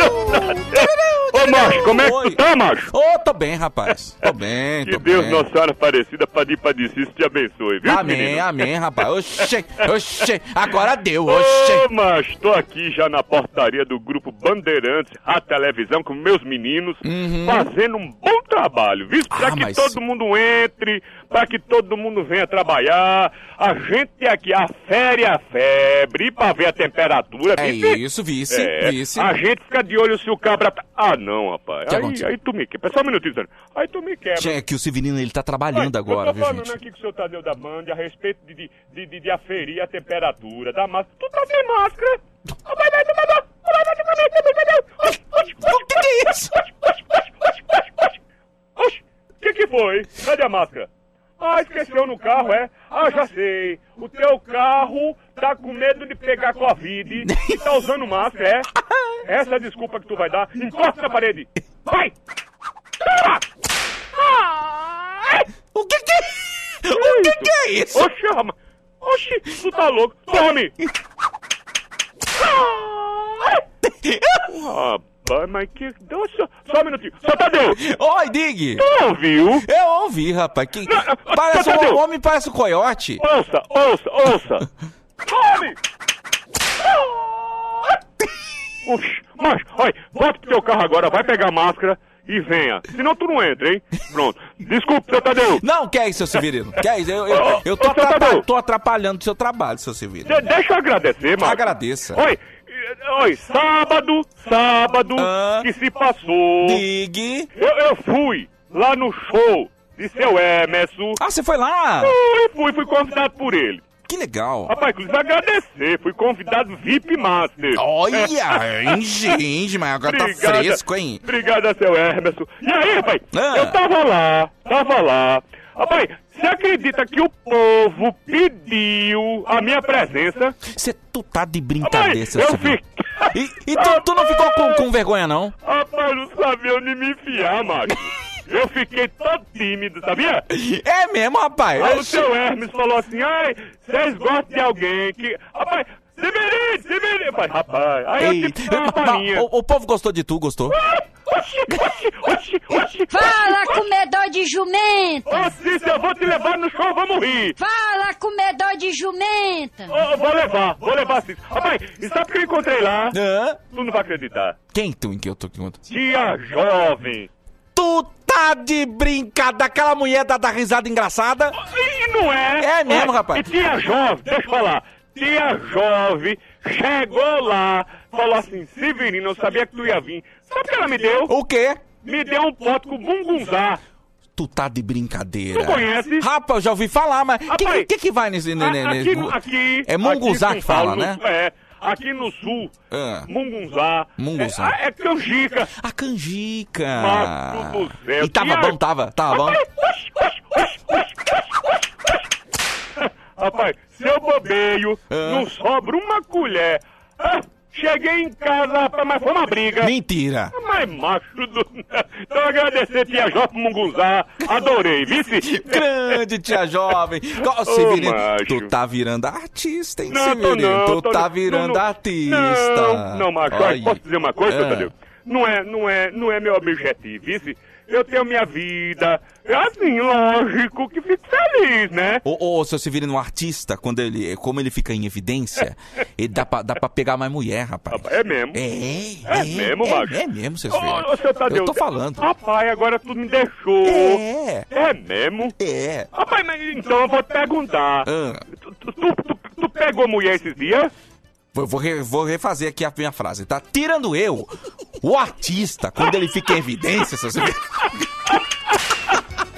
Tome!
Ô, macho, como é que tu tá, macho?
Ô, tô bem, rapaz. Tô bem,
Que
tô
Deus,
bem.
Nossa Senhora Aparecida, Padir Padicício, te abençoe, viu,
Amém,
menino?
amém, rapaz. Oxê, oxê, agora deu, oxê.
Ô, mas tô aqui já na portaria do grupo Bandeirantes, a televisão, com meus meninos,
Uhum.
fazendo um bom trabalho, viu? Pra
Ah,
que todo mundo entre, pra que todo mundo venha trabalhar. A gente aqui afere a febre pra ver a temperatura,
É
vice.
isso, vice, vice.
É, A gente fica de olho se o cabra tá... Ah, não, rapaz.
Que
Aí,
aconteceu?
aí tu me quebra. Só um minutinho, Sandro. Aí tu me quebra.
Tchê, é que o Severino, ele tá trabalhando
Olha,
agora,
eu tô
viu,
falando né?
gente?
aqui com o seu Tadeu da Band a respeito de, de, de, de- de aferir a temperatura da máscara. Tu tá sem máscara? Ô, vai, vai, vai,
é
vai, vai, vai, vai, vai, vai, vai, vai, vai, vai. Oxe, oxe, oxe,
oxe,
oxe, oxe, oxe, oxe, oxe, oxe. foi? Cadê a máscara? Ah, esqueceu no carro, é? Ah, já sei. O teu carro tá com medo de pegar Covid e tá usando máscara, é? Essa é a desculpa que tu vai dar. Encosta na parede. Vai! Toma!
O que que é O que que é isso?
Oxi, ama- Oxi, tu tá louco. Tome! Rapaz, Ah, mas que... Nossa, só um minutinho. Só Tadeu!
Oi, Dig!
Tu ouviu?
Eu ouvi, rapaz. Que... Parece um
Tadeu.
homem, parece um coiote.
Ouça, ouça, ouça. Tome! Oxi, mas, olha, volta pro teu carro agora, vai pegar a máscara e venha. Senão tu não entra, hein? Pronto. Desculpa, seu Tadeu.
Não, que é isso, seu Severino. Que é isso? Eu, eu, eu tô,
Ô, seu
atrapa-
Tadeu.
tô atrapalhando o seu trabalho, seu Severino.
De- deixa eu agradecer, mano.
Agradeça.
Oi, eh, oi, sábado, sábado que se passou.
Digue.
Eu, eu fui lá no show de seu Emerson.
Ah, você foi lá?
Fui, fui, fui convidado por ele.
Que legal.
Rapaz, inclusive agradecer, fui convidado VIP Master.
Olha, inge, inge, mas agora tá
Obrigada.
fresco, hein?
Obrigada, seu Hermeson. E aí, rapaz? Eu tava lá, tava lá. Rapaz, você acredita que o povo pediu a minha presença?
Você tu tá de brincadeira, seu
Ah, eu
Severino. E, e tu, tu não ficou com, com vergonha, não?
Rapaz, não sabia onde me enfiar, macho. Eu fiquei tão tímido, sabia?
É mesmo, rapaz.
Aí o seu Hermes falou assim, ai, vocês gostam de alguém que... Rapaz, se virem, se virem. Rapaz, rapaz, aí é eu tipo, tive que dar uma palhinha.
o, o povo gostou de tu, gostou?
Fala, comedor de jumenta!
Ô, Cícero, eu vou te levar no show, vamos rir!
Fala, comedor de jumenta!
Ô, vou levar, vou levar sim. Rapaz, e sabe o que eu encontrei lá? Tu não vai acreditar.
Quem tu em que eu tô que conta?
Tia Jovem.
Tu tá de brincada, aquela mulher da, da risada engraçada?
E não é?
É mesmo,
Olha,
rapaz.
E tia Jovem, deixa eu falar. Tia Jovem chegou lá, falou assim, Severino, eu sabia que tu ia vir. Sabe o que ela me deu?
O quê?
Me deu um pote com bungunzá.
Tu tá de brincadeira.
Tu conhece?
Rapaz, eu já ouvi falar, mas o que,
Rapaz,
que que vai nesse...
A-
ne- ne- ne-
aqui, no- aqui-
é munguzá
aqui em
que fala,
São
né?
Paulo, É, aqui no sul,
Ah.
mungunzá.
Mungunzá.
É, é canjica.
A canjica.
Mas tudo certo.
E tava
E a-
bom, tava, tava bom.
Rapaz, se eu bobeio,
Ah.
não sobra uma colher. Ah, cheguei em casa, rapaz, mas foi uma briga.
Mentira.
Mas É macho do... Então agradecer, tia Jó, pro Mungunzá. Adorei, vice?
Grande tia jovem. Ó,
Ô,
Severino,
macho.
tu tá virando artista, hein,
Não, tô
Severino?
não.
tu
tô
tá
não.
virando
Não, não.
artista.
Não, não, macho, olha,
Olha.
posso dizer uma coisa,
Ah.
Tadeu? Não é, não é, não é meu objetivo, vice? Eu tenho minha vida. É Assim, lógico que fico feliz, né?
Ô, ô, seu Severino, um artista, quando ele, como ele fica em evidência, ele dá pra, dá pra pegar mais mulher, rapaz.
É mesmo.
É,
é, mesmo,
é,
macho.
é mesmo, seu
Ô,
Severino.
ô, seu Tadeu,
Eu tô falando.
Rapaz, agora tu me deixou.
É.
É mesmo?
É. Ah,
Rapaz, mas então eu vou te perguntar. Tu, tu- tu- tu- tu pegou mulher esses dias?
Vou, vou re- vou refazer aqui a minha frase, tá? Tirando eu, o artista, quando ele fica em evidência, seu Severino.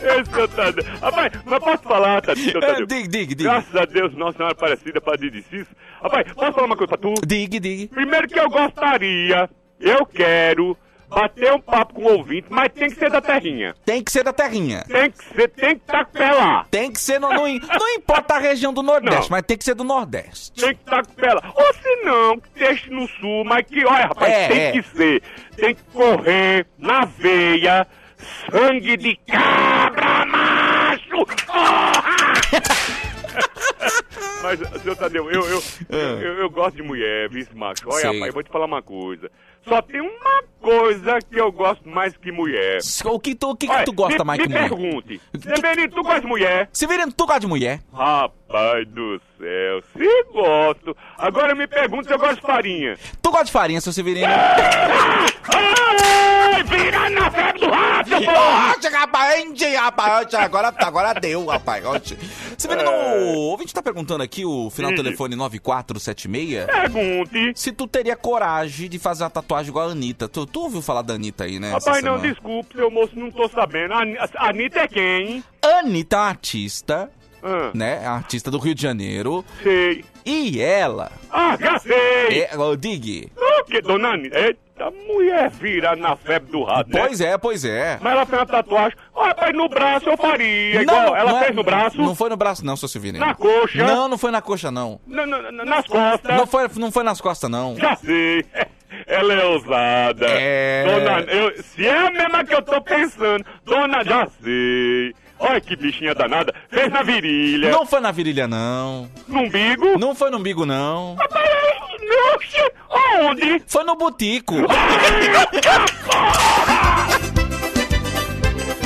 Ei, seu Tadeu. Rapaz, mas posso falar, tá Tadeu? seu
É,
Tadeu? Ah,
diga, diga, diga.
Graças a Deus, Nossa Senhora Aparecida, Padre de Cis. Rapaz, posso falar uma coisa pra tu?
Diga, diga.
Primeiro que eu gostaria, eu quero bater um papo com o ouvinte, mas tem que ser da terrinha.
Tem que ser da terrinha.
Tem que ser, tem que estar tá com o pé lá.
Tem que ser, no- não, im- não importa a região do Nordeste, mas tem que ser do Nordeste.
Tem que estar com pela. Ou se não, que deixe no sul, mas que, olha, rapaz,
É,
tem
é.
que ser. Tem que correr na veia, sangue de cabra macho! Porra! mas, seu Tadeu, eu, eu,
Ah.
eu, eu, eu gosto de mulher, vice macho. Olha,
Sei.
rapaz, eu vou te falar uma coisa. Só tem uma coisa que eu gosto mais que mulher.
O que tu, o que que
Olha,
tu gosta
me-
mais
me
que mulher?
pergunte. Severino, tu gosta de mulher?
Severino, tu gosta de mulher?
Rapaz do céu, se gosto. Agora me pergunta se eu gosto de farinha.
Tu gosta de farinha, seu Severino?
É. Ai, vira na febre do rato, seu porra!
Oxe, rapaz, hein, rapaz, oxe, agora, agora deu, rapaz. oxe. Severino,
É.
o ouvinte tá perguntando aqui, o final do
Sim.
telefone 9476.
Pergunte.
Se tu teria coragem de fazer uma tatuagem igual a Anitta. Tu, tu ouviu falar da Anitta aí, né? essa
Rapaz, não,
semana?
desculpe, seu moço, não tô sabendo. A Ani- A Anitta é quem?
Anitta é uma artista,
Ah.
né? Artista do Rio de Janeiro.
Sei.
E ela...
Ah, já sei.
É, ô, Dig,
O que, dona Anitta? Eita, A mulher vira na febre do rato, né?
Pois é, pois é.
Mas ela fez uma tatuagem. Ó, rapaz, no braço eu faria. igual ela
é-
fez no braço.
Não foi no braço, não, seu Silvinei.
Na coxa.
Não, não foi na coxa, não.
Na- na- na- nas costas.
Não foi, não foi nas costas, não.
Já sei. Ela é ousada.
É.
Dona, eu, se é a mesma que eu tô pensando, dona, já sei. Olha que bichinha danada. Fez na virilha.
Não foi na virilha, não.
No umbigo?
Não foi no umbigo, não.
Aonde?
Foi no botico.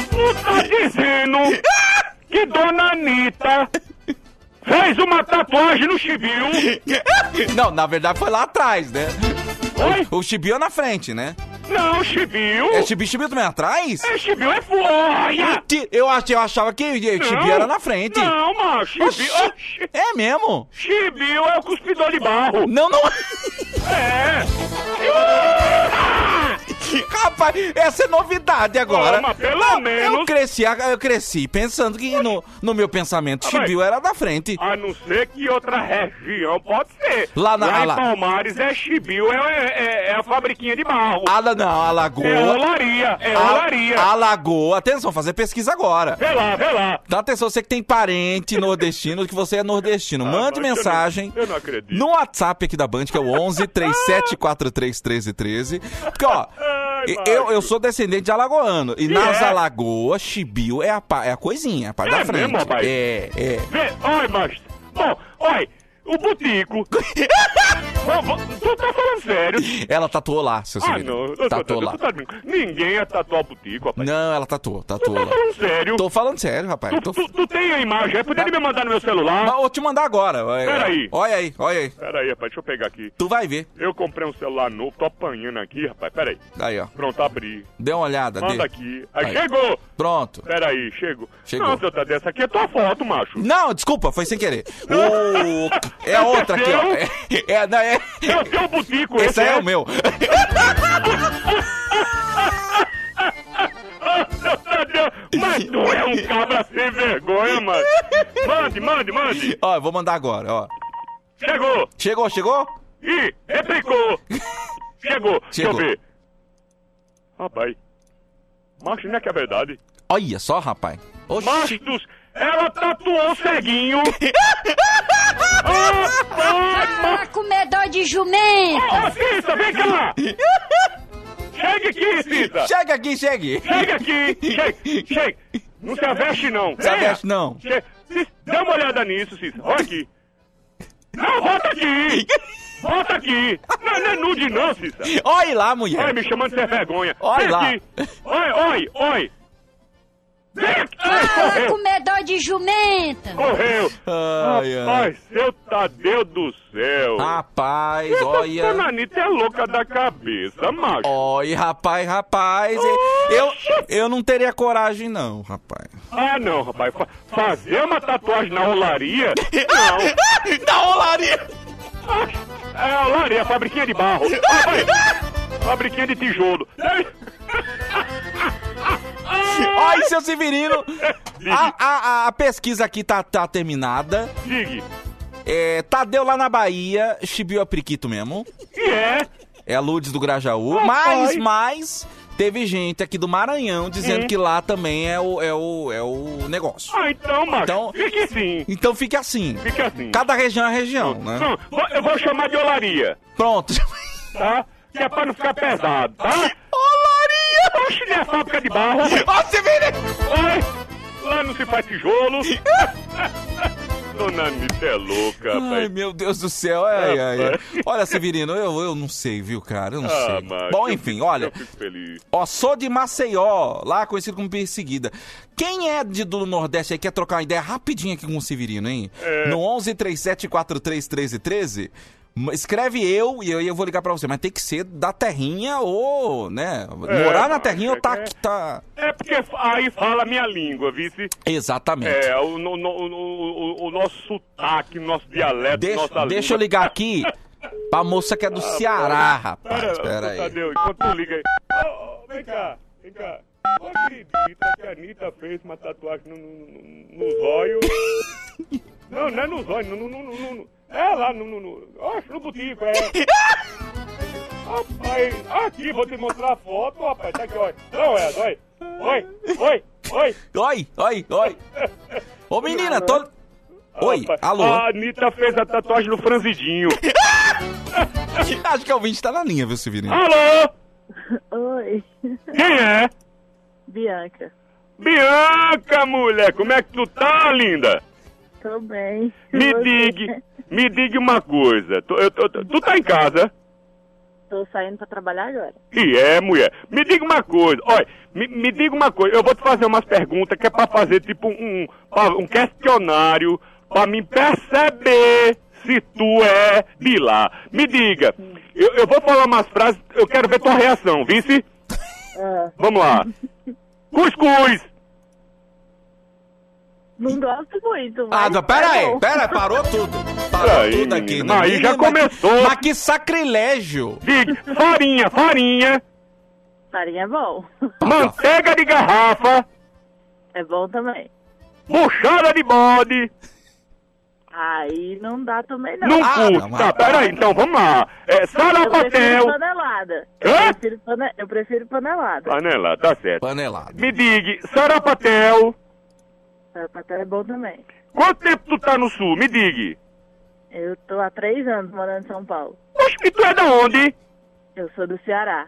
Tu tá dizendo que Dona Anitta fez uma tatuagem no chibio?
Não, na verdade foi lá atrás, né?
Oi?
O, o chibio é na frente, né?
Não, chibio.
É chibi, chibi também atrás?
É, chibio é folha.
Ti- Eu, ach- eu achava que eh, chibi
Não.
era na frente.
Não, mano, chibio.
Oxi. É mesmo?
Chibio é o cuspidor de barro.
Não, não.
É.
Rapaz, essa é novidade agora.
Não, mas pelo
Eu cresci, eu cresci pensando que no, no meu
Ah,
pensamento chibiu era na frente.
A não ser que outra região pode ser.
Lá na-
em
lá-
Palmares é chibio, é, é, é- é a fabriquinha de barro.
Ah, não, a lagoa.
É olaria, é
A-
olaria.
A lagoa. Atenção, fazer pesquisa agora.
Vê lá, vê lá.
Dá atenção, você que tem parente nordestino, que você é nordestino. Mande
Ah, mas eu não-
mensagem.
eu não acredito.
No WhatsApp aqui da Band, que é o 11 3743 1313. Porque, ó. e- Eu, eu sou descendente de alagoano. E
E
nas
é.
Alagoas, Chibio é a, pa- é a coisinha, a parte
É
da frente.
mesmo, rapaz?
É, é.
Vê, olha, Mastro. Bom, olha, o Butico. Vó, vó, tu tá falando sério?
Ela tatuou lá, seu
Ah,
Silvio.
não. eu tô-
Tatuou
eu
Tá, lá.
tô- eu tô- eu tô- Ninguém ia tatuar Butico, rapaz. tá
Não, ela tatuou, tatuou lá.
falando sério?
Tô falando sério, rapaz. Tô...
Tu, tu, tu tem a imagem, aí poderia me mandar no meu celular.
Mas vou te mandar agora. Olha
Peraí.
Olha aí, olha aí.
Peraí, rapaz, deixa eu pegar aqui.
Tu vai ver.
Eu comprei um celular novo, tô apanhando aqui, rapaz, peraí.
Aí, ó.
Pronto, abri.
Dê uma olhada.
Manda
dê.
aqui. Aí, chegou!
Pronto.
Peraí, chegou.
Chegou.
Não, seu Tadeu, essa aqui é tua foto, macho.
Não, desculpa, foi sem querer. O... É a outra aqui, ó. É, é, não, é...
É o teu butico,
Esse
esse
aí é
é.
o meu.
Seu Tadeu, mas tu é um cabra sem vergonha, mano. Mande, mande, mande.
Ó, eu vou mandar agora, ó.
Chegou!
Chegou, chegou?
Ih, replicou! Chegou, deixa eu
Chegou.
ver. Rapaz, macho, não é que é verdade?
Olha só, rapaz.
Mastos, ela tatuou o ceguinho. Cala,
comedor de jumenta!
Ô, Cissa, vem cá! Chega aqui, Cissa!
Chega aqui, chegue.
Chega aqui! Chega, chega! Não se aveste, não!
Se aveste, não.
Chega. Cissa, Dá uma olhada nisso, Cissa. Olha aqui. Não, volta aqui! Volta aqui! Não, não é nude, não, Cissa.
Olha lá, mulher.
Olha, me chamando de sem vergonha.
Olha
Vem
lá.
aqui. Olha, olha, olha.
Ah,
Fala, comedor de jumenta!
Correu!
Ai, ai.
Rapaz, seu Tadeu do céu!
Rapaz,
Essa
olha.
dona Anitta é louca da cabeça, macho!
Olha, rapaz, rapaz. Eu, eu não teria coragem, não, rapaz.
Ah, não, rapaz, Fa- fazer uma tatuagem na olaria? Não!
Na olaria!
É a olaria, fabriquinha de barro! Rapaz, fabriquinha de tijolo! Ei,
Olha, seu Severino. A, a- a- a pesquisa aqui tá, tá terminada.
Diga.
É, Tadeu lá na Bahia, Chibiu é periquito mesmo.
E é?
É a Lourdes do Grajaú.
Rapaz.
Mas, mas, teve gente aqui do Maranhão dizendo
Hum.
que lá também é o, é o, é o negócio.
Ah, então, macho,
Então-
fique assim!
Então fique assim.
Fique assim!
Cada região é região, né?
Não, vou- eu vou chamar de olaria!
Pronto.
Tá? Que é pra não ficar pesado, tá?
Olaria!
Oxe, não é fábrica de barro!
Ó, né? Severino!
Oi, lá não se faz tijolo! Dona Anitta é louca,
Ai,
rapaz!
meu Deus do céu. Ai, ai, ai.
Rapaz.
Olha, Severino, eu, eu não sei, viu, cara? Eu não
Ah,
sei.
macho,
Bom,
eu
enfim,
fico-
olha.
eu fico feliz.
Ó, sou de Maceió, lá conhecido como Perseguida. Quem é de, do Nordeste aí quer trocar uma ideia rapidinho aqui com o Severino, hein?
É.
No 11 37 43 13 13, m- escreve eu e eu, eu vou ligar pra você. Mas tem que ser da terrinha ou, né?
É,
morar na
macho,
terrinha ou
é
tá,
que é-
tá...
É porque aí fala a minha língua, vice.
Exatamente.
É, o, no- no- o- o- o nosso sotaque, nosso dialeto,
deixa
nossa
deixa eu
língua.
ligar
Ah,
aqui pra moça que é do Ceará, rapaz. Pera aí.
Tadeu, enquanto tu liga aí. Ô, ô, vem cá, vem cá. Tu acredita que a Anitta fez uma tatuagem no, no, no, nos olhos? Não, não é nos olhos, no, no, no, no, no- É lá no. no, no, ó, no botico, é. Rapaz, aqui, vou te mostrar a foto, rapaz. Tá aqui, olha. Não, é, olha. Oi, oi, oi.
Oi, oi, oi. Ô, menina, tô... Oi,
Rapaz, Ah,
alô?
A Anitta fez a tatuagem no franzidinho.
Acho que o ouvinte tá na linha, viu, Severino?
Ah, Alô?
Oi,
Quem é?
Bianca.
Bianca, mulher, como é que tu tá, linda?
Tô bem.
Me
Você?
diga, me diga uma coisa. Tu, eu- eu- tu tá em casa?
Tô saindo pra trabalhar agora.
E é, mulher. Me diga uma coisa. Olha, me, me diga uma coisa. Eu vou te fazer umas perguntas que é pra fazer tipo um, um, um questionário pra me perceber se tu é de lá. Me diga. Eu, eu vou falar umas frases, eu quero ver tua reação, vice? Vamos lá. Cuscuz!
Não gosto muito,
Ah,
mas...
pera
é
aí,
bom.
pera, parou tudo. Parou
tá Aí,
tudo aqui.
menino, aí já
mas que-
começou.
Mas que sacrilégio.
Diga, farinha, farinha,
Farinha é bom.
Tá
manteiga de garrafa,
É bom também.
buchada de bode.
Aí não dá também, não.
Não
Ah,
Eu
curto. Tá, peraí, então vamos lá. É,
prefiro
sarapatel.
panelada. Eu
Ah!
Hã?
prefiro, pane... eu prefiro panelada.
Panelada, tá certo.
Panelada.
Me diga, sarapatel,
Patel é bom também.
quanto tempo tu tá no sul? Me diga.
Eu tô há três anos morando em São Paulo.
Acho que tu é da onde?
Eu sou do Ceará.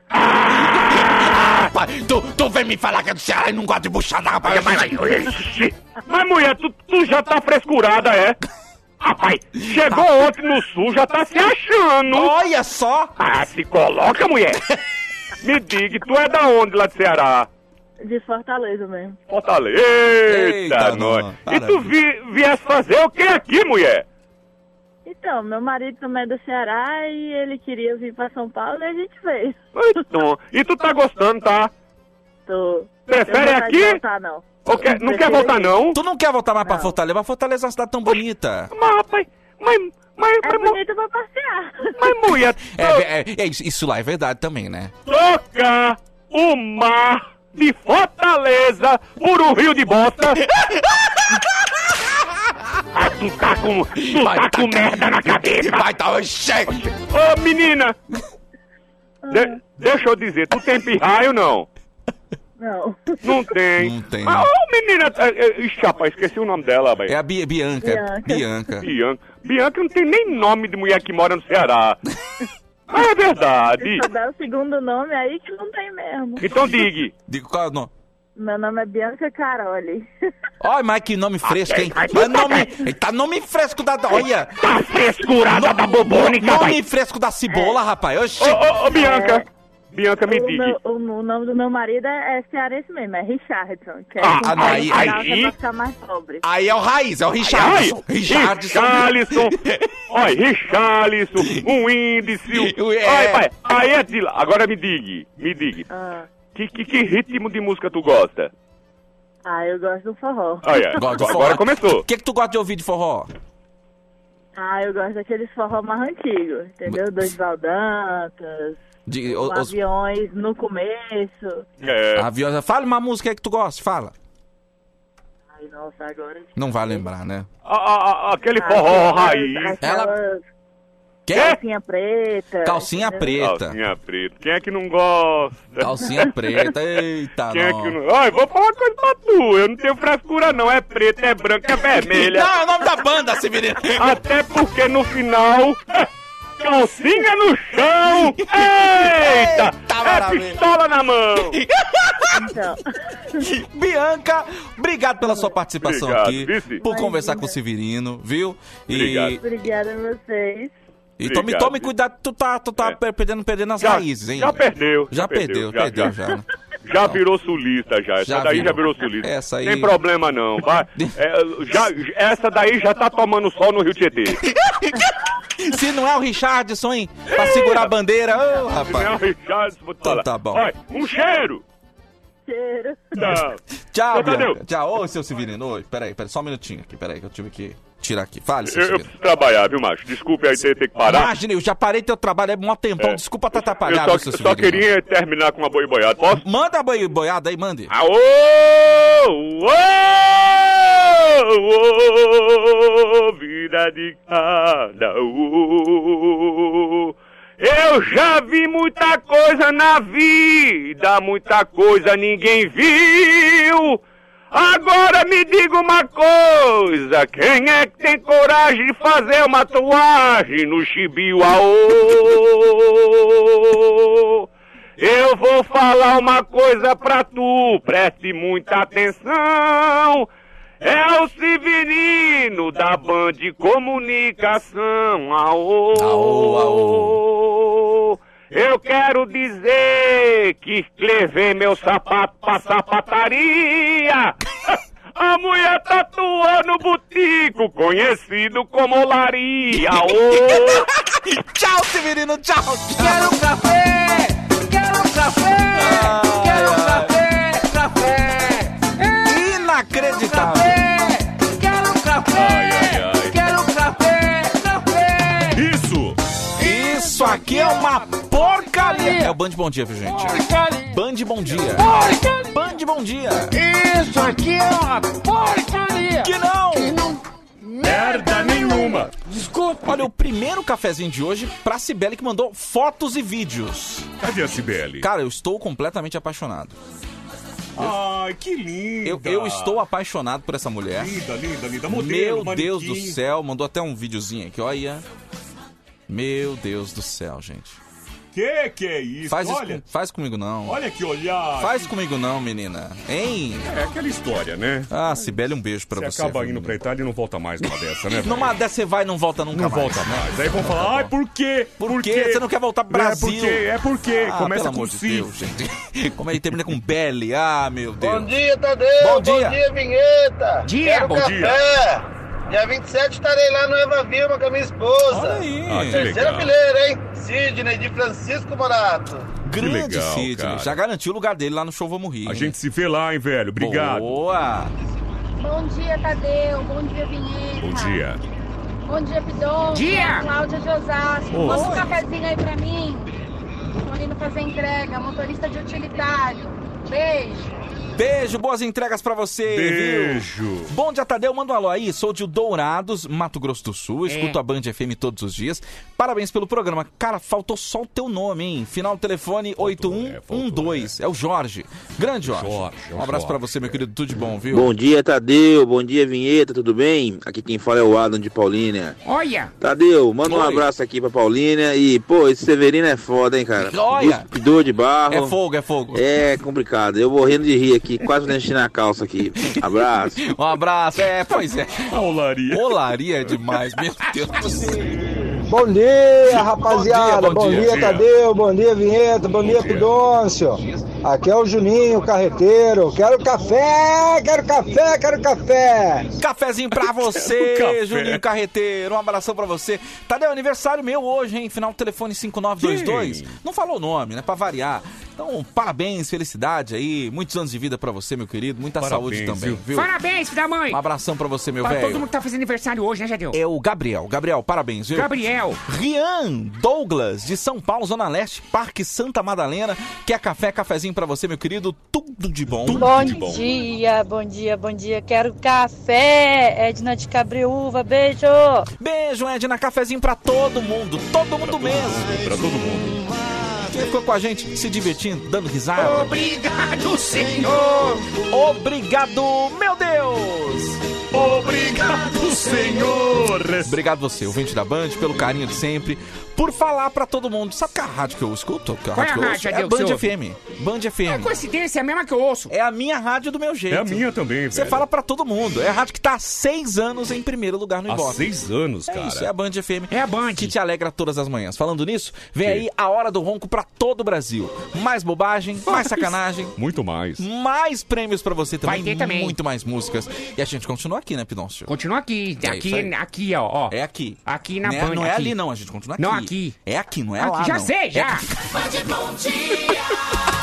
Rapaz, tu, tu vem me falar que é do Ceará e não gosta de buchada, rapaz. Vai lá.
Mas, mulher, tu, tu já tá frescurada, é? Rapaz, chegou ontem no sul, já tá se achando.
Tá. Olha só.
Ah, se coloca, mulher. Me diga, tu é da onde lá do Ceará?
De Fortaleza mesmo.
Fortaleza,
Eita,
nós.
nó.
E tu vi, viesse fazer o que aqui, mulher?
Então, meu marido também é do Ceará e ele queria vir pra São Paulo e a gente veio.
Então, e tu tá gostando, tá?
Tô.
Prefere
Não tenho vontade de
aqui?
voltar, não.
Ou quer- não quer voltar, não?
Tu não quer voltar mais pra Fortaleza? Mas Fortaleza é uma cidade tão bonita.
Mas, rapaz, mas... mas
é bonito pra passear.
Mas, mulher...
É, é, é, é isso- isso lá é verdade também, né?
Troca o mar de Fortaleza por um rio de bosta. Ah, tu tá com, tu tá com merda na cabeça. Vai
tá, chega.
Ô, menina.
Ah.
De- deixa eu dizer, tu tem pirraio, não?
Não.
Não tem. Não
tem.
Ah, ô, menina... é, é, Ixi, rapaz, esqueci o nome dela, velho.
É a Bi- Bianca. Bianca.
Bianca. Bianca não tem nem nome de mulher que mora no Ceará. Mas é verdade.
Só dá o segundo nome é aí que não tem mesmo.
Então diga.
Digo qual é o nome?
Meu nome é Bianca Caroli.
Olha, mas que nome fresco, hein? Mas nome, tá nome fresco da. Olha!
Tá frescurada da bobônica,
Nome
vai.
fresco da cibola, rapaz. Oxi!
Ô, ô, ô, Bianca. Bianca, me
O,
diga.
meu- o meu- o nome do meu marido é, é cearense mesmo, é Richardson. Que é
Ah, ah, não, aí-
é pra
aí-
ficar mais pobre.
Aí é o Raiz, é o Richardson.
Ai,
Richardson.
Richarlison. Olha, Richarlison, um índice. Um...
É.
Ai, pai, aí é de lá. Agora me diga, me diga.
Ah,
Que, que, que ritmo de música tu gosta?
ah, eu gosto do forró.
Ai, ai,
Gosto de
agora
forró.
começou.
O que, que tu gosta de ouvir de forró?
Ah, eu gosto daqueles forró mais antigos, entendeu? Dois Valdantas,
De,
com aviões no começo.
É.
Aviões. Fala uma música aí que tu gosta, fala.
Ai, nossa, agora...
Não vai lembrar, né?
A- a- a- aquele
Ah,
forró
aquelas-
raiz.
aquelas
Quê?
Calcinha preta.
Calcinha
entendeu?
preta.
Calcinha preta. Quem é que não gosta?
Calcinha preta, eita,
Quem é
não.
que não... Olha, vou falar uma coisa pra tu. Eu não tenho frescura, não. É preta, é branca, é vermelha.
Não, é o nome da banda, Severino.
Até porque no final. Calcinha no chão! Eita! é pistola na mão!
Bianca, obrigado pela sua participação
Obrigado,
aqui. Por conversar com o Severino, viu? E,
Obrigada a vocês.
e tome,
Obrigado. É.
tome cuidado, tu tá, tu tá per- perdendo, perdendo as raízes, hein?
Já perdeu.
Já perdeu, perdeu já. né?
Já virou sulista, já. Essa
Já
daí
virou.
já virou sulista.
Essa aí-
Tem problema não, vai. É, já, essa daí já tá tomando sol no Rio Tietê.
Se não é o Richardson, hein? Pra segurar a bandeira, ô,
Se não é o
rapaz.
Richardson, vou te
Então
falar.
tá bom.
Vai, um cheiro!
Cheiro.
Tchau.
Tchau,
Ô, Tadeu.
Bianca. Tchau, ô, seu Severino. Oi, peraí, peraí, só um minutinho aqui, peraí, que eu tive que tirar aqui. Fale, seu
Eu, eu
Severino.
preciso trabalhar, viu, macho? Desculpe aí ter, ter que parar.
Imagina, eu já parei teu trabalho é mó tempão.
É.
Desculpa tá
Eu
atrapalhado,
só,
seu
eu só
Severino.
queria terminar com uma boi boiada. Posso?
Manda a boi- boiada aí, mande.
Aô! Aô! Vida de cada um. Eu já vi muita coisa na vida, muita coisa ninguém viu. Agora me diga uma coisa, quem é que tem coragem de fazer uma tatuagem no chibio aô? Eu vou falar uma coisa pra tu, preste muita atenção. É o Severino da Band Comunicação. Aô, aô, Eu quero dizer que levei meu sapato pra sapataria. A mulher tatuando o botico, conhecido como olaria. Aô.
tchau, Severino, tchau,
Quero um café, quero um café, quero um café, café.
Inacreditável.
Quero um café, quero um café, café.
Isso!
Isso aqui é uma porcaria. É o Band Bom Dia, viu, gente? Band Bom Dia. Band Bom Dia.
Isso aqui é uma porcaria.
Que não.
Que não. Merda nenhuma.
Desculpa. Olha, o primeiro cafezinho de hoje pra Cibele que mandou fotos e vídeos.
Cadê a Cibele?
Cara, eu estou completamente apaixonado.
Ai, que linda!
Eu, eu estou apaixonado por essa mulher.
Linda, linda, linda. Modelo,
Meu Deus do
manequim.
céu, mandou até um videozinho aqui, olha. Meu Deus do céu, gente.
Que que é isso?
Faz, isso
olha,
com- faz comigo não.
olha que olhar.
Faz comigo não, menina. Hein?
É aquela história, né?
Ah, Sibeli, um beijo pra
Você
você.
acaba
viu,
indo pra Itália e não volta mais numa dessa, né?
menina? Numa dessa você vai e não volta nunca
Não
mais.
volta
né?
mais. Aí vão falar, ai, por quê? Por,
quê? Você não quer voltar pro Brasil?
É porque, é porque.
Ah,
Começa
pelo
com
amor de
si.
Deus, gente. Como ele termina com Belly. Ah, meu Deus.
Bom dia, Tadeu.
Bom dia.
vinheta.
Dia,
Quero
bom
café.
dia.
Dia 27 estarei lá no Eva Vilma com a minha esposa.
Olha aí. Ah, que
Terceira
legal.
fileira, hein? Sidney de Francisco Morato.
Grande
legal,
Sidney.
cara.
Já garantiu o lugar dele lá no Show Vamos Rir.
A gente se vê lá, hein, velho? Obrigado.
Boa.
Bom dia, Tadeu. Bom dia, Vinheta.
Bom dia.
Bom dia, Pidon.
Dia.
Cláudia Josasco.
Oi.
Manda um cafezinho aí pra mim. Tô indo fazer entrega. Motorista de utilitário. Beijo.
Beijo, boas entregas pra você,
Beijo.
viu? Bom dia, Tadeu. Manda um alô aí. Sou de Dourados, Mato Grosso do Sul. Escuto
É.
a Band FM todos os dias. Parabéns pelo programa. Cara, faltou só o teu nome, hein? Final do telefone 8112. É o Jorge. Grande né? Jorge. um abraço pra você, meu querido. Tudo de bom, viu?
Bom dia, Tadeu. Bom dia, Vinheta. Tudo bem? Aqui quem fala é o Adam de Paulínia.
Olha!
Tadeu, manda um
Oi.
abraço aqui pra Paulínia. E, pô, esse Severino é foda, hein, cara?
Olha!
Cuspidor de barro.
É fogo, é fogo.
É complicado. Eu morrendo de rir aqui, quase mexendo na calça aqui. Abraço.
Um abraço. É, pois é.
Olaria.
Olaria é demais, meu Deus do céu.
Bom dia, rapaziada.
bom
Bom
dia.
dia,
Bom dia.
Tadeu. Bom dia, Vinheta. Bom, dia, Pidôncio. Aqui é o Juninho, carreteiro. Quero café, quero café, quero café.
Cafezinho pra você,
Quero café.
Juninho Carreteiro. Um abração pra você. Tadeu, é aniversário meu hoje, hein? Final do telefone 5922.
Sim.
Não falou o nome, né? Pra variar. Então, parabéns, felicidade aí. Muitos anos de vida pra você, meu querido. Muita saúde
Parabéns,
também,
viu?
viu?
Parabéns, filho da mãe!
Um abração pra você, meu
Pra todo
velho.
mundo que tá fazendo aniversário hoje, né, Jadeu?
É o Gabriel. Gabriel, parabéns, viu?
Gabriel.
Rian Douglas, de São Paulo, Zona Leste, Parque Santa Madalena. Quer café, cafezinho pra você, meu querido. Tudo de bom.
Bom dia, bom dia, bom dia. Quero café, Edna de Cabriúva, beijo.
Beijo, Edna. Cafezinho pra todo mundo. Todo mundo mesmo.
Pra todo mundo.
Quem ficou com a gente se divertindo, dando risada.
Obrigado, Senhor!
Obrigado, meu Deus!
Obrigado, Senhor!
Obrigado você, ouvinte da Band, pelo carinho de sempre, por falar pra todo mundo. Sabe que a rádio que eu escuto? Que a
Qual é
rádio que
a
eu
rádio,
ouço? É a
Adil, que
Band
você
FM. Band
É
FM.
coincidência, é a mesma que eu ouço.
É a minha rádio do meu jeito.
É a minha também,
Você
velho.
fala pra todo mundo. É a rádio que tá há seis anos em primeiro lugar no
Há
Ibope.
seis anos,
É
cara.
isso, é a Band FM. É a Band. Que te alegra todas as manhãs. Falando nisso, vem
Que?
aí a hora do ronco pra todo o Brasil. Mais bobagem, mais sacanagem,
Muito mais.
mais prêmios pra você também.
Vai ter também.
Muito mais músicas. E a gente continua aqui, né, Pinócio?
Continua aqui,
É isso aí.
aqui, aqui, ó, ó.
É aqui.
Aqui na
Né?
Band.
Não é
aqui.
ali, não. A gente continua aqui.
Não, aqui.
É aqui, não é
Aqui,
lá,
já
não.
sei,
É
já.
aqui.
Band Bom Dia.